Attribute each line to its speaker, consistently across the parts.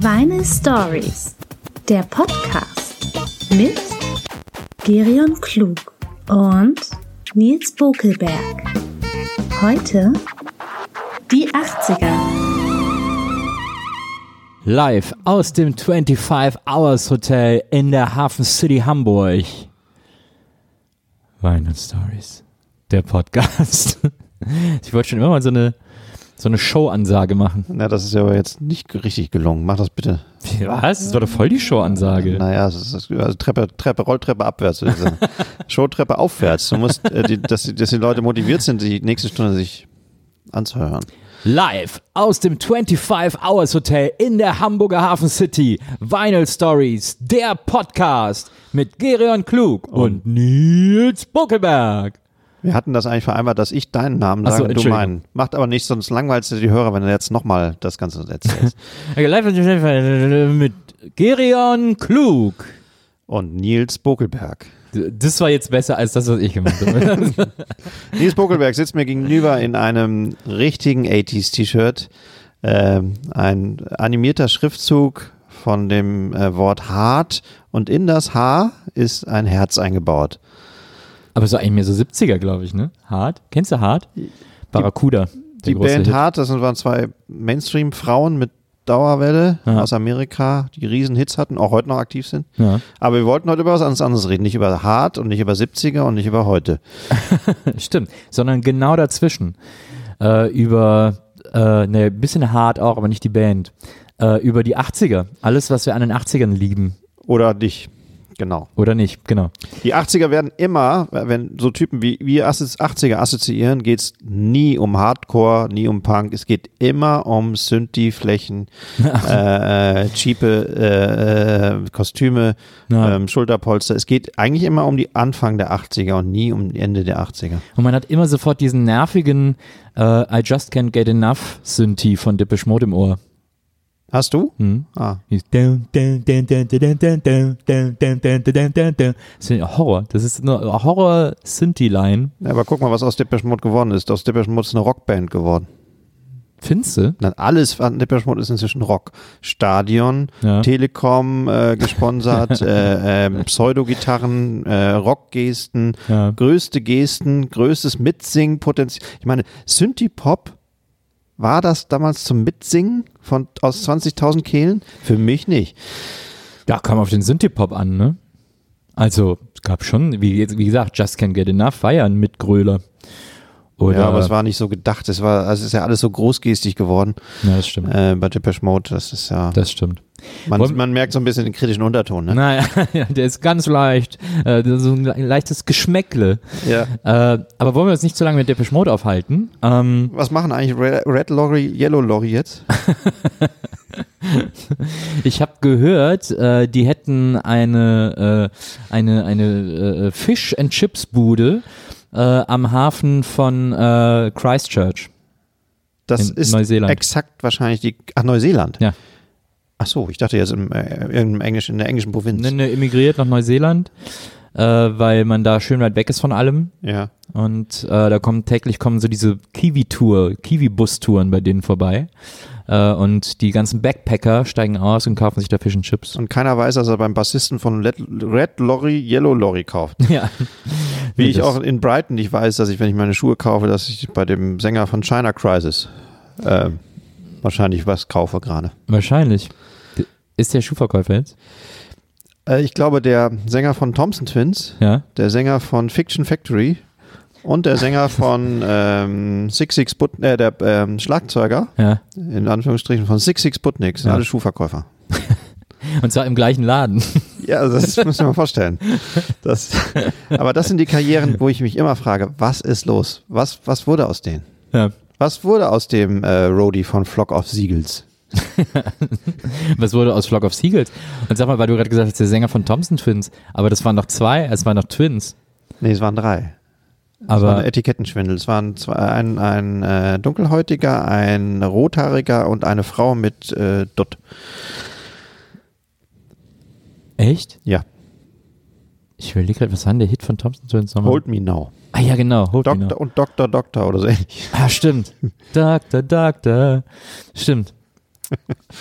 Speaker 1: Vinyl Stories, der Podcast mit Gerion Klug und Nils Bokelberg. Heute die 80er.
Speaker 2: Live aus dem 25 Hours Hotel in der Hafen City Hamburg. Vinyl Stories, der Podcast. Ich wollte schon immer mal so eine, so eine Show-Ansage machen.
Speaker 3: Na, das ist ja aber jetzt nicht richtig gelungen. Mach das bitte.
Speaker 2: Was? Das war doch voll die Show-Ansage.
Speaker 3: Naja, es ist, es ist- also Treppe, Treppe, Rolltreppe abwärts. Also Showtreppe aufwärts. Du musst, äh, die, dass, die, dass die Leute motiviert sind, die nächste Stunde sich anzuhören.
Speaker 2: Live aus dem 25 Hours Hotel in der Hamburger Hafen City. Vinyl Stories, der Podcast mit Gerion Klug und Nils Buckelberg.
Speaker 3: Wir hatten das eigentlich vereinbart, dass ich deinen Namen
Speaker 2: Ach so,
Speaker 3: sage und du
Speaker 2: Entschuldigung.
Speaker 3: meinen. Macht aber nichts, sonst langweilst du die Hörer, wenn du jetzt nochmal das Ganze erzählst.
Speaker 2: Okay, live aus dem 25 mit Gerion Klug.
Speaker 3: Und Nils Bokelberg.
Speaker 2: D- Das war jetzt besser als das, was ich gemacht habe.
Speaker 3: Nils Bokelberg sitzt mir gegenüber in einem richtigen 80s-T-Shirt. Ähm, ein animierter Schriftzug von dem äh, Wort hart und in das H ist ein Herz eingebaut.
Speaker 2: Aber es war eigentlich mehr so 70er, glaube ich, ne? Hart. Kennst du Hart? Barracuda.
Speaker 3: Die Band Hart, das waren zwei Mainstream-Frauen mit Dauerwelle
Speaker 2: Ja.
Speaker 3: aus Amerika, die Riesenhits hatten, auch heute noch aktiv sind.
Speaker 2: Ja,
Speaker 3: Aber wir wollten heute über was anderes- anderes reden. Nicht über Hart und nicht über 70er und nicht über heute.
Speaker 2: stimmt. Sondern genau dazwischen. Äh, über, äh, ne, ein bisschen Hart auch, aber nicht die Band. Äh, über die 80er. Alles, was wir an den 80ern lieben.
Speaker 3: Oder dich. Genau.
Speaker 2: Oder nicht, genau.
Speaker 3: Die 80er werden immer, wenn so Typen wie wir assozi- 80er assoziieren, geht es nie um Hardcore, nie um Punk. Es geht immer um Synthi-Flächen, äh, äh, cheape äh, äh, Kostüme,
Speaker 2: Ja.
Speaker 3: ähm, Schulterpolster. Es geht eigentlich immer um die Anfang der 80er und nie um Ende der 80er.
Speaker 2: Und man hat immer sofort diesen nervigen äh, I just can't get enough Synthi von Dippisch Mode im Ohr.
Speaker 3: Hast du?
Speaker 2: Hm?
Speaker 3: Ah.
Speaker 2: Dieses dun, dun, dun, dun, dun, dun, dun, dun, dun, dun, dun, dun, dun. Das ist ja Horror. Das ist eine Horror-Synthi-Line.
Speaker 3: Ja, aber guck mal, was aus Depeche Mode geworden ist. Aus Depeche Mode ist eine Rockband geworden.
Speaker 2: Findest du?
Speaker 3: Nein, alles an Depeche Mode ist inzwischen Rock. Stadion,
Speaker 2: Ja.
Speaker 3: Telekom äh, gesponsert, äh, ähm, Pseudogitarren, äh, Rockgesten,
Speaker 2: Ja.
Speaker 3: größte Gesten, größtes Mitsingpotenzial. Ich meine, Synthie-Pop, war das damals zum Mitsingen von, aus 20.000 Kehlen? Für mich nicht.
Speaker 2: Da kam auf den Synthie-Pop an, ne? Also, es gab schon, wie, jetzt- wie gesagt, Just Can't Get Enough war ja ein Mitgröler. Oder,
Speaker 3: ja, aber es war nicht so gedacht. Es war, also es ist ja alles so großgestig geworden
Speaker 2: Ja, das stimmt.
Speaker 3: äh, bei Depeche Mode. Das ist ja,
Speaker 2: Das stimmt.
Speaker 3: man,
Speaker 2: wollen-
Speaker 3: man merkt so ein bisschen den kritischen Unterton. Ne?
Speaker 2: Naja, der ist ganz leicht. Äh, so ein le- leichtes Geschmäckle.
Speaker 3: Ja.
Speaker 2: Äh, aber wollen wir uns nicht zu lange mit Depeche Mode aufhalten? Ähm,
Speaker 3: Was machen eigentlich Red, Red Lorry, Yellow Lorry jetzt?
Speaker 2: ich habe gehört, äh, die hätten eine, äh, eine, eine äh, Fish and Chips Bude äh, am Hafen von äh, Christchurch.
Speaker 3: Das
Speaker 2: In
Speaker 3: ist
Speaker 2: Neuseeland.
Speaker 3: exakt wahrscheinlich die. Ach, Neuseeland?
Speaker 2: Ja.
Speaker 3: Ach so, ich dachte jetzt im, äh, im Englisch, in der englischen Provinz.
Speaker 2: Ne, ne, emigriert nach Neuseeland, äh, weil man da schön weit weg ist von allem.
Speaker 3: Ja.
Speaker 2: Und äh, da kommen täglich kommen so diese Kiwi-Tour, Kiwi-Bus-Touren bei denen vorbei. Äh, und die ganzen Backpacker steigen aus und kaufen sich da Fish and Chips.
Speaker 3: Und keiner weiß, dass er beim Bassisten von Let- Red Lorry Yellow Lorry kauft.
Speaker 2: Ja.
Speaker 3: Wie
Speaker 2: Nee,
Speaker 3: ich
Speaker 2: das-
Speaker 3: auch in Brighton nicht weiß, dass ich, wenn ich meine Schuhe kaufe, dass ich bei dem Sänger von China Crisis ähm, wahrscheinlich was kaufe gerade.
Speaker 2: Wahrscheinlich. D- Ist der Schuhverkäufer jetzt?
Speaker 3: Äh, ich glaube, der Sänger von Thompson Twins,
Speaker 2: Ja.
Speaker 3: der Sänger von Fiction Factory und der Sänger von ähm, Six Six But äh, der ähm, Schlagzeuger
Speaker 2: Ja.
Speaker 3: in Anführungsstrichen von Six Six Sputnik, sind
Speaker 2: Ja.
Speaker 3: alle Schuhverkäufer.
Speaker 2: Und zwar im gleichen Laden.
Speaker 3: Ja, also das muss ich mir vorstellen. Das, aber das sind die Karrieren, wo ich mich immer frage, was ist los? Was, was wurde aus denen?
Speaker 2: Ja.
Speaker 3: Was wurde aus dem äh, Roadie von Flock of Siegels?
Speaker 2: Was wurde aus Flock of Seagulls? Und sag mal, weil du gerade gesagt hast, der Sänger von Thompson Twins. Aber das waren doch zwei, es waren doch Twins.
Speaker 3: Nee, es waren drei. Es war ein
Speaker 2: Aber
Speaker 3: Etikettenschwindel. Es waren zwei, ein, ein äh, dunkelhäutiger, ein rothaariger und eine Frau mit äh, Dutt.
Speaker 2: echt?
Speaker 3: Ja,
Speaker 2: Ich überlege gerade, was war denn der Hit von Thompson Twins nochmal?
Speaker 3: Hold Me Now.
Speaker 2: Ah ja, genau. Hold Me Now.
Speaker 3: Doktor und Doktor, Doktor oder so ähnlich.
Speaker 2: Ah, stimmt. Doktor, Doktor. Stimmt.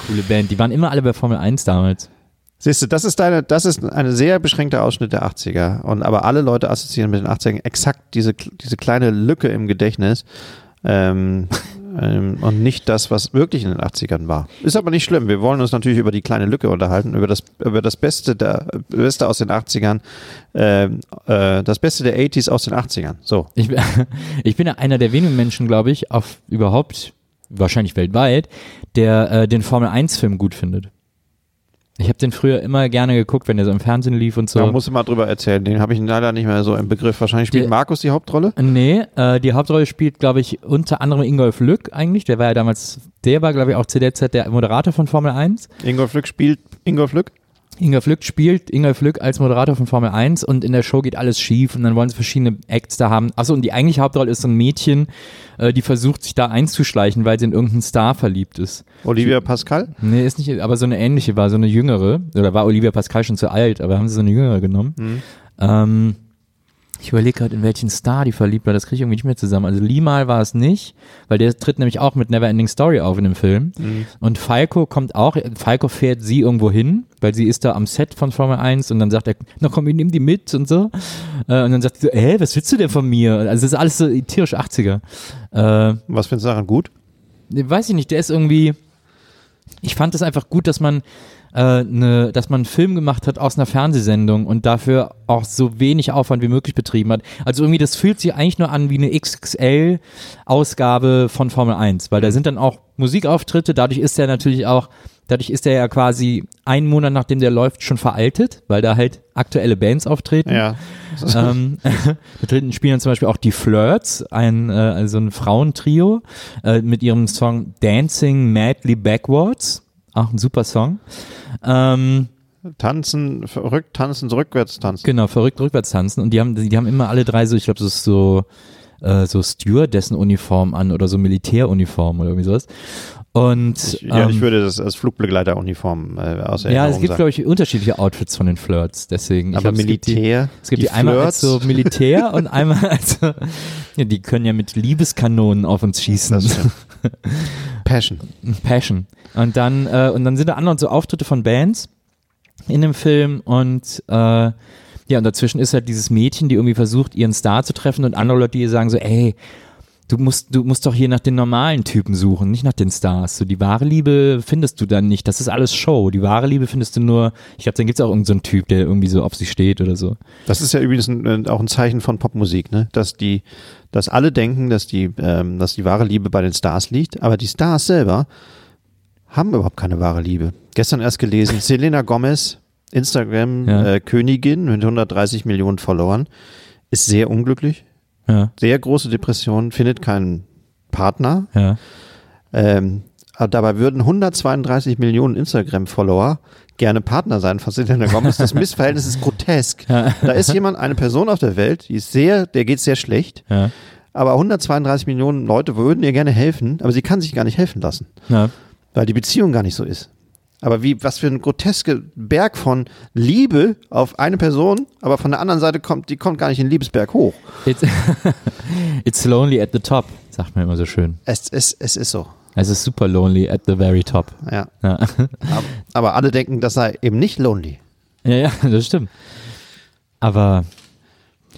Speaker 2: Coole Band. Die waren immer alle bei Formel 1 damals.
Speaker 3: Siehst du, das ist deine, das ist eine sehr beschränkte Ausschnitt der 80er. Und aber alle Leute assoziieren mit den 80ern exakt diese, diese kleine Lücke im Gedächtnis. Ähm, ähm, und nicht das, was wirklich in den 80ern war. Ist aber nicht schlimm. Wir wollen uns natürlich über die kleine Lücke unterhalten, über das, über das Beste, der, Beste aus den 80ern, ähm, äh, das Beste der 80s aus den 80ern. So.
Speaker 2: Ich, bin- ich bin ja einer der wenigen Menschen, glaube ich, auf überhaupt, wahrscheinlich weltweit, der äh, den Formel 1-Film gut findet. Ich habe den früher immer gerne geguckt, wenn der so im Fernsehen lief und so.
Speaker 3: Da musst du mal drüber erzählen. Den habe ich leider nicht mehr so im Begriff. Wahrscheinlich spielt
Speaker 2: Die-
Speaker 3: Markus die Hauptrolle.
Speaker 2: Nee, äh, die Hauptrolle spielt, glaube ich, unter anderem Ingolf Lück eigentlich. Der war ja damals, der war, glaube ich, auch zu der Zeit der Moderator von Formel 1.
Speaker 3: Ingolf Lück spielt Ingolf Lück.
Speaker 2: Ingolf Lück spielt Ingolf Lück als Moderator von Formel 1 und in der Show geht alles schief und dann wollen sie verschiedene Acts da haben. Achso, und die eigentliche Hauptrolle ist so ein Mädchen, äh, die versucht, sich da einzuschleichen, weil sie in irgendeinen Star verliebt ist.
Speaker 3: Olivia Pascal.
Speaker 2: Nee, ist nicht, aber so eine ähnliche war, so eine jüngere. Oder war Olivia Pascal schon zu alt, aber haben sie so eine jüngere genommen. Ähm, ich überlege gerade, in welchen Star die verliebt war. Das kriege ich irgendwie nicht mehr zusammen. Also Limal war es nicht, weil der tritt nämlich auch mit Neverending Story auf in dem Film. Und Falco kommt auch, Falco fährt sie irgendwo hin, weil sie ist da am Set von Formel 1 und dann sagt er, na komm, ich nehm die mit und so. Äh, und dann sagt sie so, hä, was willst du denn von mir? Also das ist alles so tierisch 80er. Äh,
Speaker 3: Was findest du daran gut?
Speaker 2: Nee, weiß ich nicht, der ist irgendwie. Ich fand es einfach gut, dass man äh, ne, dass man einen Film gemacht hat aus einer Fernsehsendung und dafür auch so wenig Aufwand wie möglich betrieben hat. Also irgendwie, das fühlt sich eigentlich nur an wie eine XXL-Ausgabe von Formel 1, weil da sind dann auch Musikauftritte, dadurch ist der natürlich auch, dadurch ist der ja quasi einen Monat, nachdem der läuft, schon veraltet, weil da halt aktuelle Bands auftreten.
Speaker 3: Ja.
Speaker 2: Ähm, da treten spielen dann zum Beispiel auch die Flirts, ein, äh, also ein Frauentrio, äh, mit ihrem Song Dancing Madly Backwards. Auch ein super Song. Ähm,
Speaker 3: Tanzen, verrückt tanzen, rückwärts tanzen.
Speaker 2: genau, verrückt rückwärts tanzen. Und die haben, die haben immer alle drei so, ich glaube, so, so, äh, so Stewardessen-Uniform an oder so Militäruniform oder irgendwie sowas. Und
Speaker 3: Ich, ja,
Speaker 2: ähm,
Speaker 3: ich würde das als Flugbegleiteruniform äh, aus
Speaker 2: ja, es
Speaker 3: Erinnerung
Speaker 2: gibt,
Speaker 3: sagen.
Speaker 2: glaube ich, unterschiedliche Outfits von den Flirts, deswegen. ich
Speaker 3: Aber
Speaker 2: glaub, es gibt die-
Speaker 3: Militär,
Speaker 2: Es gibt die,
Speaker 3: die
Speaker 2: einmal als
Speaker 3: Flirts,
Speaker 2: so Militär und einmal als. Ja, die können ja mit Liebeskanonen auf uns schießen.
Speaker 3: Das stimmt. Passion.
Speaker 2: Passion. Und dann, äh, und dann sind da andere und so Auftritte von Bands in dem Film und äh, ja, und dazwischen ist halt dieses Mädchen, die irgendwie versucht, ihren Star zu treffen und andere Leute, die ihr sagen so, ey, du musst, du musst doch hier nach den normalen Typen suchen, nicht nach den Stars. So, die wahre Liebe findest du dann nicht. Das ist alles Show. Die wahre Liebe findest du nur, ich glaube, dann gibt's auch irgendeinen so einen Typ, der irgendwie so auf sie steht oder so.
Speaker 3: Das ist ja übrigens ein, äh, auch ein Zeichen von Popmusik, ne? Dass die, dass alle denken, dass die, ähm, dass die wahre Liebe bei den Stars liegt, aber die Stars selber haben überhaupt keine wahre Liebe. Gestern erst gelesen, Selena Gomez, Instagram
Speaker 2: Ja.
Speaker 3: äh, Königin mit 130 Millionen Followern, ist sehr unglücklich,
Speaker 2: Ja,
Speaker 3: sehr große Depression, findet keinen Partner.
Speaker 2: ja.
Speaker 3: Ähm, aber dabei würden 132 Millionen Instagram-Follower gerne Partner sein von Selena Gomez. Das Missverhältnis ist grotesk. Da ist jemand, eine Person auf der Welt, die ist sehr, der geht sehr schlecht,
Speaker 2: Ja.
Speaker 3: aber 132 Millionen Leute würden ihr gerne helfen, aber sie kann sich gar nicht helfen lassen,
Speaker 2: ja.
Speaker 3: weil die Beziehung gar nicht so ist. Aber wie, was für ein groteske Berg von Liebe auf eine Person, aber von der anderen Seite kommt, die kommt gar nicht in den Liebesberg hoch.
Speaker 2: It's, it's lonely at the top, sagt man immer so schön.
Speaker 3: Es, es, es ist so.
Speaker 2: Es ist super lonely at the very top.
Speaker 3: Ja.
Speaker 2: Ja,
Speaker 3: Aber, aber alle denken, das sei eben nicht lonely.
Speaker 2: ja, ja das stimmt. Aber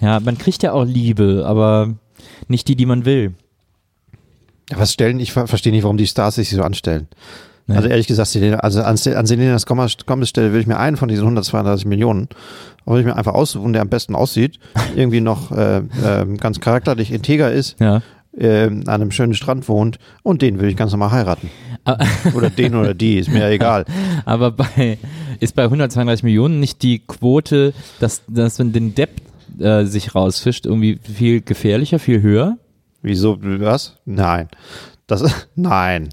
Speaker 2: ja, man kriegt ja auch Liebe, aber nicht die, die man will.
Speaker 3: Ja, Was stellen? Ich ver verstehe nicht, warum die Stars sich so anstellen.
Speaker 2: Nee.
Speaker 3: Also ehrlich gesagt, Selena, also an, Se- an Selenas Gomez Gomez Stelle würde ich mir einen von diesen 132 Millionen, würde ich mir einfach aussuchen, der am besten aussieht, irgendwie noch äh, ähm, ganz charakterlich integer ist,
Speaker 2: Ja.
Speaker 3: ähm, an einem schönen Strand wohnt und den würde ich ganz normal heiraten.
Speaker 2: Ah.
Speaker 3: Oder den oder die, ist mir ja egal.
Speaker 2: Aber bei, ist bei 132 Millionen nicht die Quote, dass, dass man den Depp äh, sich rausfischt, irgendwie viel gefährlicher, viel höher?
Speaker 3: Wieso, was? Nein. Das, nein.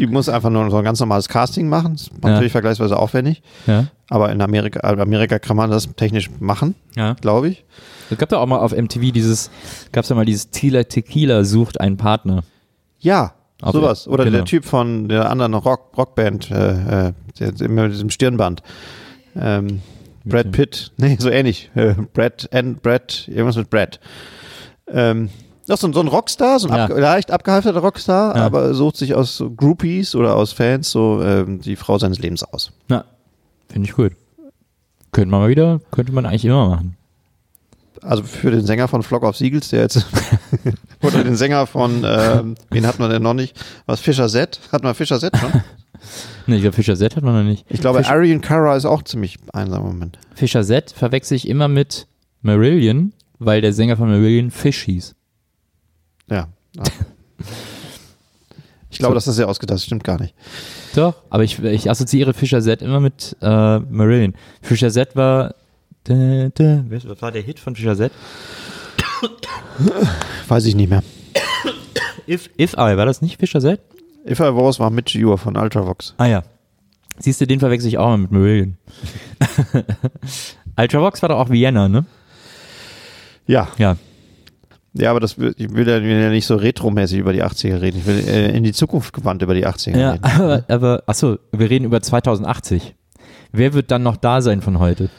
Speaker 3: Die muss einfach nur so ein ganz normales Casting machen. Ist natürlich vergleichsweise aufwendig.
Speaker 2: Ja.
Speaker 3: Aber in Amerika, Amerika kann man das technisch machen,
Speaker 2: Ja.
Speaker 3: glaube ich.
Speaker 2: Es gab doch auch mal auf MTV dieses, gab es ja mal dieses Tequila Tequila sucht einen Partner.
Speaker 3: Ja,
Speaker 2: Auf-
Speaker 3: sowas. Oder
Speaker 2: genau.
Speaker 3: der Typ von der anderen Rock, Rockband, äh, äh, der immer mit diesem Stirnband. Ähm, Brad Pitt, nee, so ähnlich. Äh, Brad and Brad, irgendwas mit Brad. Ähm, Noch so, ein- so ein Rockstar, so ein
Speaker 2: Ja.
Speaker 3: abge leicht abgehalfterter Rockstar,
Speaker 2: Ja.
Speaker 3: aber sucht sich aus so Groupies oder aus Fans so ähm, die Frau seines Lebens aus.
Speaker 2: Na, finde ich gut. Könnte man mal wieder, könnte man eigentlich immer machen.
Speaker 3: Also für den Sänger von Flock of Siegels, der jetzt oder den Sänger von, ähm, wen hat man denn noch nicht? Was Fischer Z? Hat man Fischer Z schon?
Speaker 2: Ne, ich glaube, Fischer Z hat man noch nicht.
Speaker 3: Ich glaube,
Speaker 2: Fisch-
Speaker 3: Arian Cara ist auch ziemlich einsam im Moment.
Speaker 2: Fischer Z verwechsel ich immer mit Marillion, weil der Sänger von Marillion Fish hieß.
Speaker 3: Ja. ja. Ich glaube, das ist ja ausgedacht, das stimmt gar nicht.
Speaker 2: Doch, aber ich, ich assoziiere Fischer Z immer mit äh, Marillion. Fischer Z war. Da, da, was was war der Hit von Fischer Z?
Speaker 3: Weiß ich nicht mehr.
Speaker 2: If, if I, war das nicht Fischer Z?
Speaker 3: If I Was war Mitch Ewer von Ultravox.
Speaker 2: Ah ja. Siehst du, den verwechsel ich auch mal mit Marillion. Ultravox war doch auch Vienna, ne?
Speaker 3: Ja.
Speaker 2: Ja.
Speaker 3: Ja, aber das, will- ich will ja- will ja nicht so retromäßig über die 80er reden. Ich will äh, in die Zukunft gewandt über die 80er
Speaker 2: Ja,
Speaker 3: reden.
Speaker 2: aber, aber achso, wir reden über 2080. Wer wird dann noch da sein von heute?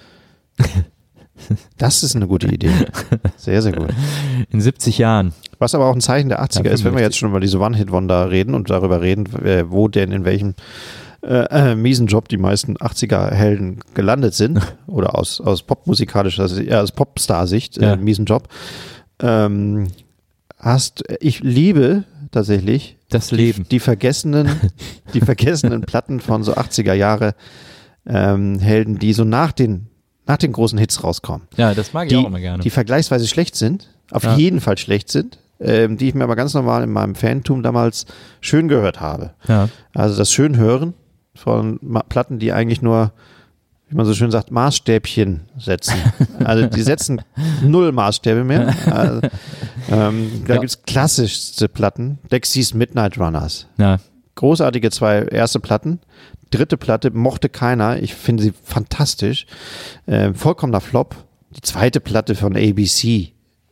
Speaker 3: Das ist eine gute Idee. Sehr, sehr gut.
Speaker 2: In 70 Jahren.
Speaker 3: Was aber auch ein Zeichen der 80er
Speaker 2: Ja,
Speaker 3: ist, wenn wir
Speaker 2: 65.
Speaker 3: jetzt schon über diese One-Hit-Wonder reden und darüber reden, äh, wo denn in welchem äh, äh, miesen Job die meisten 80er-Helden gelandet sind oder aus, aus popmusikalischer, Sicht- äh, aus Popstar-Sicht,
Speaker 2: Ja.
Speaker 3: äh, miesen Job. Ähm, hast, ich liebe tatsächlich
Speaker 2: Das Leben.
Speaker 3: die vergessenen, die vergessenen Platten von so 80er Jahre ähm, Helden, die so nach den, nach den großen Hits rauskommen
Speaker 2: Ja, das mag
Speaker 3: die,
Speaker 2: ich auch immer gerne.
Speaker 3: die vergleichsweise schlecht sind, auf
Speaker 2: Ja.
Speaker 3: jeden Fall schlecht sind, ähm, die ich mir aber ganz normal in meinem Fantum damals schön gehört habe.
Speaker 2: ja.
Speaker 3: Also das Schönhören von Ma Platten, die eigentlich nur, wie man so schön sagt, Maßstäbchen setzen. Also die setzen null Maßstäbe mehr. Also, ähm, da
Speaker 2: Ja.
Speaker 3: gibt's klassischste Platten. Dexys Midnight Runners.
Speaker 2: ja.
Speaker 3: Großartige zwei erste Platten. Dritte Platte mochte keiner. Ich finde sie fantastisch. Ähm, vollkommener Flop. Die zweite Platte von ABC.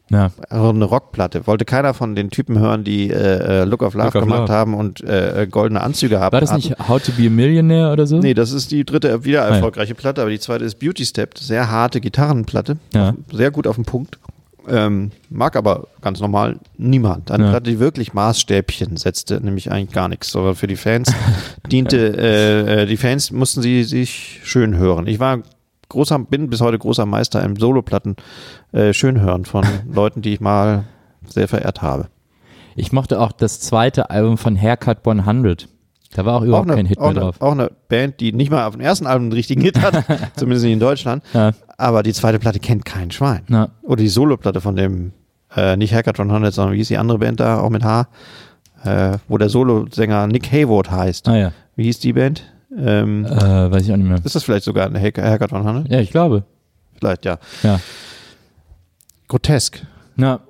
Speaker 2: Ja.
Speaker 3: Also eine Rockplatte. Wollte keiner von den Typen hören, die äh, äh, Look of Love
Speaker 2: Look of
Speaker 3: gemacht
Speaker 2: Love.
Speaker 3: haben und äh, äh, goldene Anzüge haben.
Speaker 2: War das nicht How to be a Millionaire oder so?
Speaker 3: Nee, das ist die dritte wieder
Speaker 2: Hm? Ah, ja.
Speaker 3: erfolgreiche Platte, aber die zweite ist Beauty Step. Sehr harte Gitarrenplatte.
Speaker 2: Ja.
Speaker 3: Sehr gut auf den Punkt. Ähm, mag aber ganz normal niemand. Eine
Speaker 2: Ja.
Speaker 3: Platte, die wirklich Maßstäbchen setzte, nämlich eigentlich gar nichts. Aber für die Fans diente, äh, äh, die Fans mussten sie sich schön hören. Ich war großer, bin bis heute großer Meister im Soloplatten äh, schön hören von Leuten, die ich mal sehr verehrt habe.
Speaker 2: Ich mochte auch das zweite Album von Haircut 100. Da war auch ne- überhaupt kein Hit mehr
Speaker 3: auch, eine,
Speaker 2: drauf.
Speaker 3: auch eine Band, die nicht mal auf dem ersten Album einen richtigen Hit hat, zumindest nicht in Deutschland.
Speaker 2: Ja.
Speaker 3: Aber die zweite Platte kennt kein Schwein.
Speaker 2: Na,
Speaker 3: Oder die Soloplatte von dem, äh, nicht Hackathon 100, sondern wie hieß die andere Band da, auch mit H, äh, wo der Solosänger Nick Hayward heißt.
Speaker 2: ah ja,
Speaker 3: Wie hieß die Band? Ähm,
Speaker 2: äh, weiß ich auch nicht mehr.
Speaker 3: Ist das vielleicht sogar ein Hack Hackathon 100?
Speaker 2: Ja, ich glaube.
Speaker 3: Vielleicht, ja.
Speaker 2: Ja.
Speaker 3: Grotesk.
Speaker 2: Na,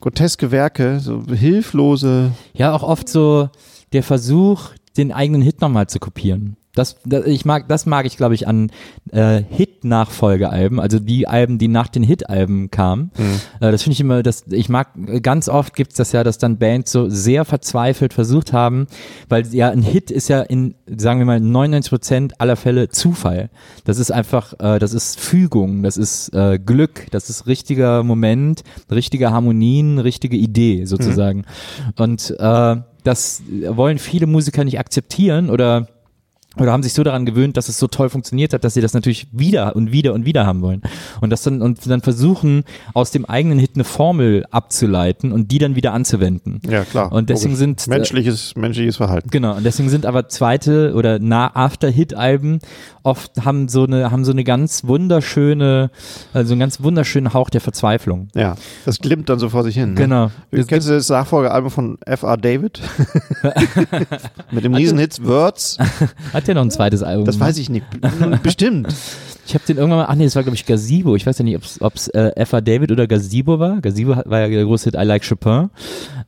Speaker 3: Groteske Werke, so hilflose.
Speaker 2: ja, auch oft so der Versuch, den eigenen Hit nochmal zu kopieren. Das, das, ich mag, das mag ich, glaube ich, an äh, Hit-Nachfolgealben, also die Alben, die nach den Hit-Alben kamen. Äh, das finde ich immer, das, ich mag, ganz oft gibt's das ja, dass dann Bands so sehr verzweifelt versucht haben, weil ja ein Hit ist ja in, sagen wir mal, 99 Prozent aller Fälle Zufall. Das ist einfach, äh, das ist Fügung, das ist äh, Glück, das ist richtiger Moment, richtige Harmonien, richtige Idee sozusagen. Und äh, das wollen viele Musiker nicht akzeptieren oder oder haben sich so daran gewöhnt, dass es so toll funktioniert hat, dass sie das natürlich wieder und wieder und wieder haben wollen. Und das dann und dann versuchen, aus dem eigenen Hit eine Formel abzuleiten und die dann wieder anzuwenden.
Speaker 3: Ja, klar.
Speaker 2: Und deswegen
Speaker 3: Logisch.
Speaker 2: sind- äh,
Speaker 3: Menschliches, menschliches Verhalten.
Speaker 2: Genau, und deswegen sind aber zweite oder nah after Hit Alben oft haben so eine haben so eine ganz wunderschöne also einen ganz wunderschönen Hauch der Verzweiflung.
Speaker 3: Ja, das glimmt dann so vor sich hin. Ne?
Speaker 2: Genau.
Speaker 3: Du kennst du das Nachfolgealbum von F.R. David? Mit dem Riesenhit Words?
Speaker 2: Hat der noch ein zweites Album?
Speaker 3: Das weiß ich nicht. Bestimmt.
Speaker 2: Ich habe den irgendwann mal, ach nee, das war glaube ich Gazebo. Ich weiß ja nicht, ob es äh, F.A. David oder Gazebo war. Gazebo hat- war ja der große Hit I Like Chopin.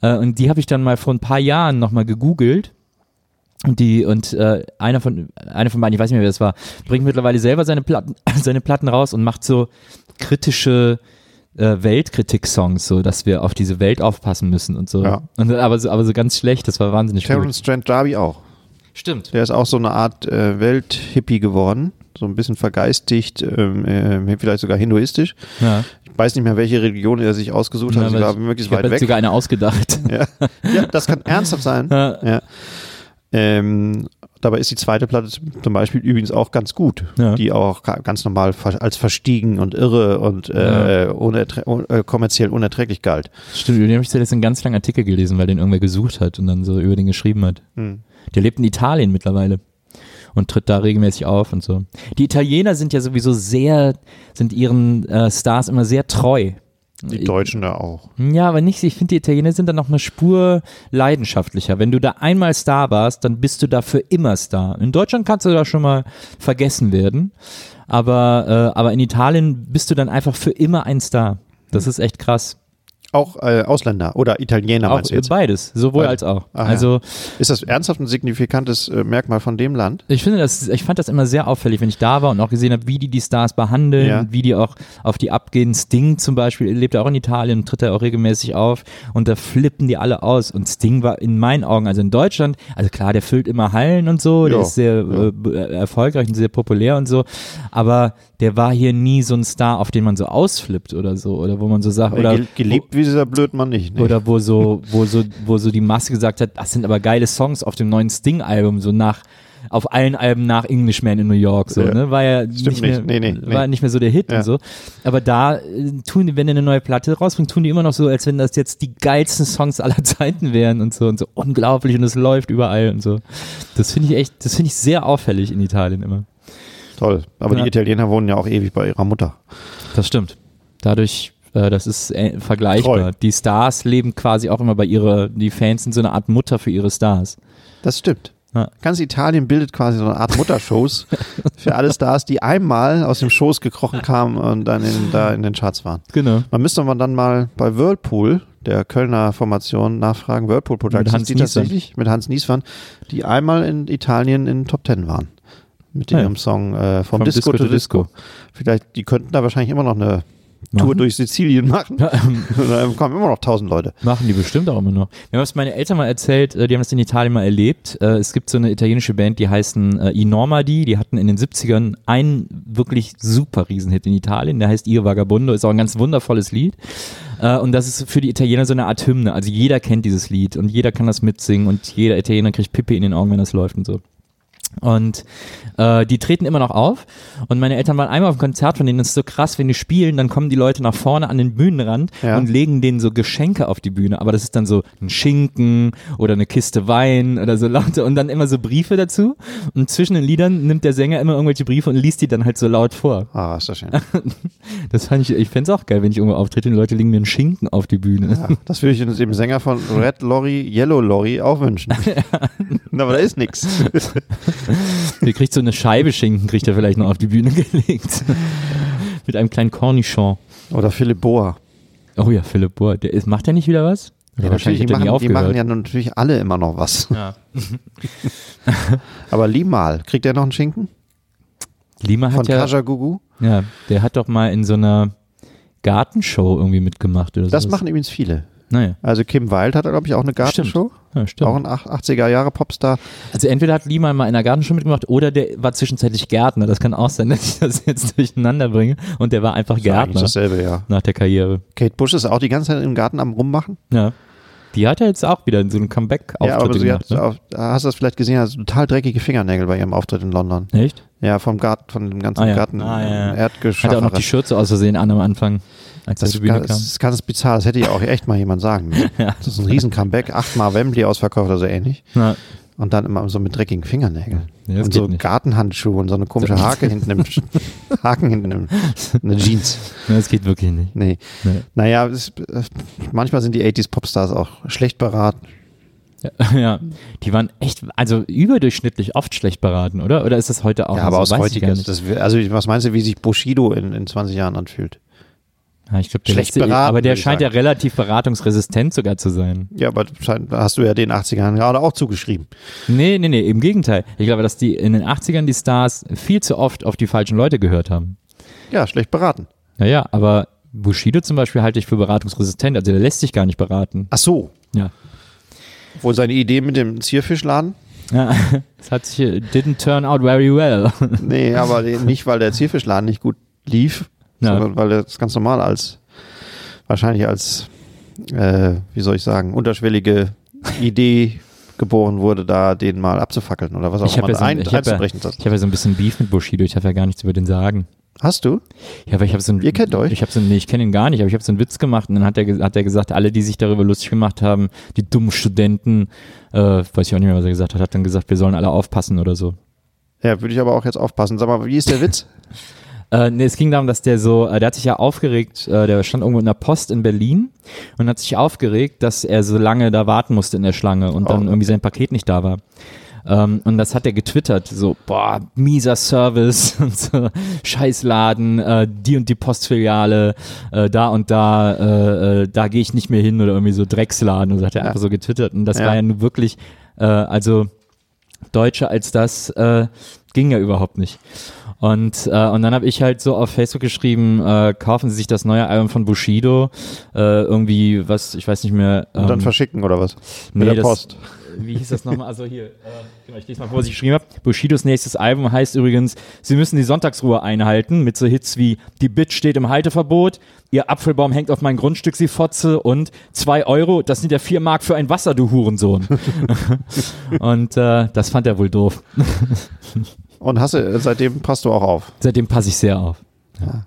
Speaker 2: Äh, und die habe ich dann mal vor ein paar Jahren nochmal gegoogelt. Und die, und äh, einer von einer von beiden, ich weiß nicht mehr, wer das war, bringt mittlerweile selber seine Platten, seine Platten raus und macht so kritische äh, Weltkritik-Songs, so dass wir auf diese Welt aufpassen müssen und so.
Speaker 3: Ja.
Speaker 2: Und, aber, so aber so ganz schlecht, das war wahnsinnig gut.
Speaker 3: Terence Trent D'Arby auch.
Speaker 2: Stimmt.
Speaker 3: Der ist auch so eine Art äh, Welthippie geworden. So ein bisschen vergeistigt, ähm, äh, vielleicht sogar hinduistisch.
Speaker 2: Ja.
Speaker 3: Ich Ich weiß nicht mehr, welche Religion er sich ausgesucht hat.
Speaker 2: Ja,
Speaker 3: Sie
Speaker 2: aber
Speaker 3: war
Speaker 2: ich-
Speaker 3: möglichst
Speaker 2: Ich habe
Speaker 3: weit weg.
Speaker 2: sogar eine ausgedacht.
Speaker 3: Ja. ja, das kann ernsthaft sein.
Speaker 2: Ja.
Speaker 3: Ja. Ähm, dabei ist die zweite Platte zum zum Beispiel übrigens auch ganz gut,
Speaker 2: Ja.
Speaker 3: die auch ga- ganz normal ver- als verstiegen und irre und äh, unerträ- un äh, kommerziell unerträglich galt.
Speaker 2: Stimmt, über den habe ich zuletzt einen ganz langen Artikel gelesen, weil den irgendwer gesucht hat und dann so über den geschrieben hat. Der lebt in Italien mittlerweile und tritt da regelmäßig auf und so. Die Italiener sind ja sowieso sehr, sind ihren äh, Stars immer sehr treu. Hm,
Speaker 3: Die Deutschen da auch.
Speaker 2: Ja, aber nicht, ich finde, die Italiener sind dann noch eine Spur leidenschaftlicher. Wenn du da einmal Star warst, dann bist du dafür immer Star. In Deutschland kannst du da schon mal vergessen werden, aber, äh, aber in Italien bist du dann einfach für immer ein Star. Das ist echt krass.
Speaker 3: Auch äh, Ausländer oder Italiener
Speaker 2: Auch
Speaker 3: meinst du jetzt?
Speaker 2: beides, sowohl als
Speaker 3: Beides.
Speaker 2: auch.
Speaker 3: Ah, ja.
Speaker 2: also
Speaker 3: Ist das ernsthaft ein signifikantes äh, Merkmal von dem Land?
Speaker 2: ich finde das, ich fand das immer sehr auffällig, wenn ich da war und auch gesehen habe, wie die die Stars behandeln,
Speaker 3: Ja.
Speaker 2: wie die auch auf die abgehen. Sting zum Beispiel lebt ja auch in Italien, tritt er auch regelmäßig auf und da flippen die alle aus. Und Sting war in meinen Augen, also in Deutschland, also klar, der füllt immer Hallen und so, der
Speaker 3: Ja,
Speaker 2: ist sehr
Speaker 3: ja.
Speaker 2: äh, b- äh, erfolgreich und sehr populär und so, aber der war hier nie so ein Star, auf den man so ausflippt oder so oder wo man so sagt oder
Speaker 3: Gel- Geliebt wie dieser Blödmann nicht. ne?
Speaker 2: oder wo so, wo so, wo so die Masse gesagt hat, das sind aber geile Songs auf dem neuen Sting-Album, so nach, auf allen Alben nach Englishman in New York, so,
Speaker 3: Ja.
Speaker 2: ne? War ja nicht
Speaker 3: Stimmt
Speaker 2: mehr,
Speaker 3: nicht. Nee, nee, nee.
Speaker 2: war nicht mehr so der Hit
Speaker 3: Ja.
Speaker 2: und so. Aber da äh, tun die, wenn die eine neue Platte rausbringt, tun die immer noch so, als wenn das jetzt die geilsten Songs aller Zeiten wären und so und so unglaublich und es läuft überall und so. Das finde ich echt, das finde ich sehr auffällig in Italien immer.
Speaker 3: Toll. Aber
Speaker 2: Ja.
Speaker 3: die Italiener wohnen ja auch ewig bei ihrer Mutter.
Speaker 2: Das stimmt. Dadurch, äh, das ist äh, vergleichbar.
Speaker 3: Treu.
Speaker 2: Die Stars leben quasi auch immer bei ihrer, die Fans sind so eine Art Mutter für ihre Stars.
Speaker 3: Das stimmt.
Speaker 2: Ja.
Speaker 3: Ganz Italien bildet quasi so eine Art Muttershows für alle Stars, die einmal aus dem Schoß gekrochen kamen und dann in, da in den Charts waren.
Speaker 2: Genau.
Speaker 3: Man müsste man dann mal bei Whirlpool, der Kölner Formation, nachfragen. Whirlpool Productions,
Speaker 2: Mit Hans
Speaker 3: die
Speaker 2: Niesmann.
Speaker 3: tatsächlich mit Hans Niesmann, die einmal in Italien in den Top Ten waren. Mit
Speaker 2: Ja.
Speaker 3: ihrem Song äh, vom, Disco, to Disco. Vielleicht, die könnten da wahrscheinlich immer noch eine Tour
Speaker 2: Machen?
Speaker 3: durch Sizilien machen. da kommen immer noch tausend Leute.
Speaker 2: Machen die bestimmt auch immer noch. Mir haben es meine Eltern mal erzählt, äh, die haben das in Italien mal erlebt. Äh, Es gibt so eine italienische Band, die heißen äh, I Normandy. Die hatten in den 70ern einen wirklich super Riesenhit in Italien. Der heißt Io Vagabundo. Ist auch ein ganz wundervolles Lied. Äh, Und das ist für die Italiener so eine Art Hymne. Also jeder kennt dieses Lied und jeder kann das mitsingen und jeder Italiener kriegt Pippi in den Augen, wenn das läuft und so. Und äh, die treten immer noch auf. Und meine Eltern waren einmal auf einem Konzert von denen. Das ist so krass, wenn die spielen, dann kommen die Leute nach vorne an den Bühnenrand
Speaker 3: Ja.
Speaker 2: und legen denen so Geschenke auf die Bühne. Aber das ist dann so ein Schinken oder eine Kiste Wein oder so lauter und dann immer so Briefe dazu. Und zwischen den Liedern nimmt der Sänger immer irgendwelche Briefe und liest die dann halt so laut vor.
Speaker 3: Ah, ist das schön.
Speaker 2: Das fand ich, ich fände es auch geil, wenn ich irgendwo auftrete und Leute legen mir einen Schinken auf die Bühne.
Speaker 3: Ja, das würde ich uns dem Sänger von Red Lorry, Yellow Lorry auch wünschen. Aber da ist nichts.
Speaker 2: Der kriegt so eine Scheibe Schinken, kriegt er vielleicht noch auf die Bühne gelegt. Mit einem kleinen Cornichon.
Speaker 3: Oder Philipp Boa.
Speaker 2: Oh ja, Philipp Bohr, der ist, macht der nicht wieder was? Oder
Speaker 3: die,
Speaker 2: hat er nie
Speaker 3: machen, die machen
Speaker 2: aufgehört.
Speaker 3: ja natürlich alle immer noch was.
Speaker 2: Ja.
Speaker 3: Aber Limal, kriegt er noch einen Schinken?
Speaker 2: Lima
Speaker 3: Von
Speaker 2: hat ja,
Speaker 3: Kajagugu?
Speaker 2: ja, der hat doch mal in so einer Gartenshow irgendwie mitgemacht oder so.
Speaker 3: Das machen übrigens viele.
Speaker 2: Naja,
Speaker 3: Also Kim Wild hat, glaube ich, auch eine Gartenshow.
Speaker 2: ja,
Speaker 3: Auch
Speaker 2: stimmt.
Speaker 3: ein 80er-Jahre-Popstar.
Speaker 2: Also entweder hat Lima mal in einer Gartenshow mitgemacht oder der war zwischenzeitlich Gärtner. Das kann auch sein, dass ich das jetzt durcheinander bringe. Und der war einfach
Speaker 3: Eigentlich
Speaker 2: Gärtner
Speaker 3: dasselbe, ja.
Speaker 2: nach der Karriere.
Speaker 3: Kate Bush ist auch die ganze Zeit im Garten am Rummachen.
Speaker 2: Ja. Die hat ja jetzt auch wieder so einen Comeback-Auftritt
Speaker 3: ja, aber sie
Speaker 2: gemacht. ne?
Speaker 3: hat, auf, hast du das vielleicht gesehen, hat total dreckige Fingernägel bei ihrem Auftritt in London.
Speaker 2: ne? Echt?
Speaker 3: Ja, vom Garten, von dem ganzen
Speaker 2: Ah, ja.
Speaker 3: Garten, ähm,
Speaker 2: Ah, ja, ja. Hat
Speaker 3: Erdgeschoss.
Speaker 2: er auch noch die Schürze aus Versehen an am Anfang, als das
Speaker 3: Das
Speaker 2: zur
Speaker 3: ist,
Speaker 2: Bühne
Speaker 3: ganz,
Speaker 2: kam.
Speaker 3: das ist ganz bizarr, das hätte ja auch echt mal jemand sagen müssen. Das ist ein riesen Comeback, achtmal Wembley ausverkauft oder so ähnlich.
Speaker 2: Na,
Speaker 3: Und dann immer so mit dreckigen Fingernägeln.
Speaker 2: Ja, das
Speaker 3: und so
Speaker 2: geht nicht.
Speaker 3: Gartenhandschuhe und so eine komische Hake hinten im Haken hinten im eine Jeans.
Speaker 2: na, das geht wirklich nicht.
Speaker 3: Nee.
Speaker 2: Nee.
Speaker 3: Naja, es, äh, manchmal sind die 80s Popstars auch schlecht beraten.
Speaker 2: Ja, die waren echt, also überdurchschnittlich oft schlecht beraten, oder? Oder ist das heute auch
Speaker 3: ja,
Speaker 2: noch
Speaker 3: aber
Speaker 2: so?
Speaker 3: aus
Speaker 2: Weiß ich gar
Speaker 3: heutiger
Speaker 2: nicht.
Speaker 3: das, wär- Also was meinst du, wie sich Bushido in, in 20 Jahren anfühlt?
Speaker 2: ja, Ah, ich glaub, der
Speaker 3: schlecht
Speaker 2: letzte, E-
Speaker 3: beraten,
Speaker 2: aber der
Speaker 3: würde ich
Speaker 2: scheint ja
Speaker 3: sagen.
Speaker 2: relativ beratungsresistent sogar zu sein.
Speaker 3: Ja, aber scheint- hast du ja den 80ern gerade auch zugeschrieben.
Speaker 2: Nee, nee, nee, im Gegenteil. Ich glaube, dass die in den 80ern die Stars viel zu oft auf die falschen Leute gehört haben.
Speaker 3: Ja, schlecht beraten.
Speaker 2: Naja, aber Bushido zum Beispiel halte ich für beratungsresistent, also der lässt sich gar nicht beraten.
Speaker 3: Ach so,
Speaker 2: Ja.
Speaker 3: wohl seine Idee mit dem Zierfischladen?
Speaker 2: ja es hat sich, äh, didn't turn out very well.
Speaker 3: Nee, aber den- nicht, weil der Zierfischladen nicht gut lief,
Speaker 2: Ja.
Speaker 3: sondern weil er das ganz normal als wahrscheinlich als, äh, wie soll ich sagen, unterschwellige Idee geboren wurde, da den mal abzufackeln oder was auch
Speaker 2: Ich
Speaker 3: immer.
Speaker 2: habe ja, so,
Speaker 3: ein,
Speaker 2: ich hab ja,
Speaker 3: einzubrechen.
Speaker 2: ich hab ja so ein bisschen Beef mit Bushido, ich darf ja gar nichts über den sagen.
Speaker 3: Hast du?
Speaker 2: Ja, aber ich habe so ein,
Speaker 3: Ihr kennt euch?
Speaker 2: Ich habe so ein, nee, ich kenne ihn gar nicht, aber ich habe so einen Witz gemacht und dann hat er ge- hat er gesagt, alle, die sich darüber lustig gemacht haben, die dummen Studenten, äh, weiß ich auch nicht mehr, was er gesagt hat, hat dann gesagt, wir sollen alle aufpassen oder so.
Speaker 3: Ja, würde ich aber auch jetzt aufpassen. Sag mal, wie ist der Witz?
Speaker 2: Äh, nee, es ging darum, dass der so, äh, der hat sich ja aufgeregt, äh, der stand irgendwo in der Post in Berlin und hat sich aufgeregt, dass er so lange da warten musste in der Schlange und dann
Speaker 3: Oh.
Speaker 2: irgendwie sein Paket nicht da war. Ähm, und das hat er getwittert, so, boah, mieser Service und so, Scheißladen, äh, die und die Postfiliale, äh, da und da, äh, äh, da gehe ich nicht mehr hin oder irgendwie so Drecksladen und so hat er einfach so getwittert. Und das
Speaker 3: Ja.
Speaker 2: war ja nun wirklich, äh, also deutscher als das äh, ging ja überhaupt nicht. Und, äh, und dann habe ich halt so auf Facebook geschrieben, äh, kaufen Sie sich das neue Album von Bushido, äh, irgendwie was, ich weiß nicht mehr.
Speaker 3: Und dann
Speaker 2: ähm,
Speaker 3: verschicken oder was?
Speaker 2: nee,
Speaker 3: Mit der
Speaker 2: das-
Speaker 3: Post.
Speaker 2: wie hieß das nochmal? Also hier, äh, genau, ich lese mal vor, was ich geschrieben habe. Bushidos nächstes Album heißt übrigens, Sie müssen die Sonntagsruhe einhalten mit so Hits wie Die Bitch steht im Halteverbot, Ihr Apfelbaum hängt auf mein Grundstück, Sie Fotze und zwei Euro, das sind ja vier Mark für ein Wasser, du Hurensohn. und äh, das fand er wohl doof.
Speaker 3: Und hast du, seitdem passt du auch auf.
Speaker 2: Seitdem passe ich sehr auf.
Speaker 3: Ja.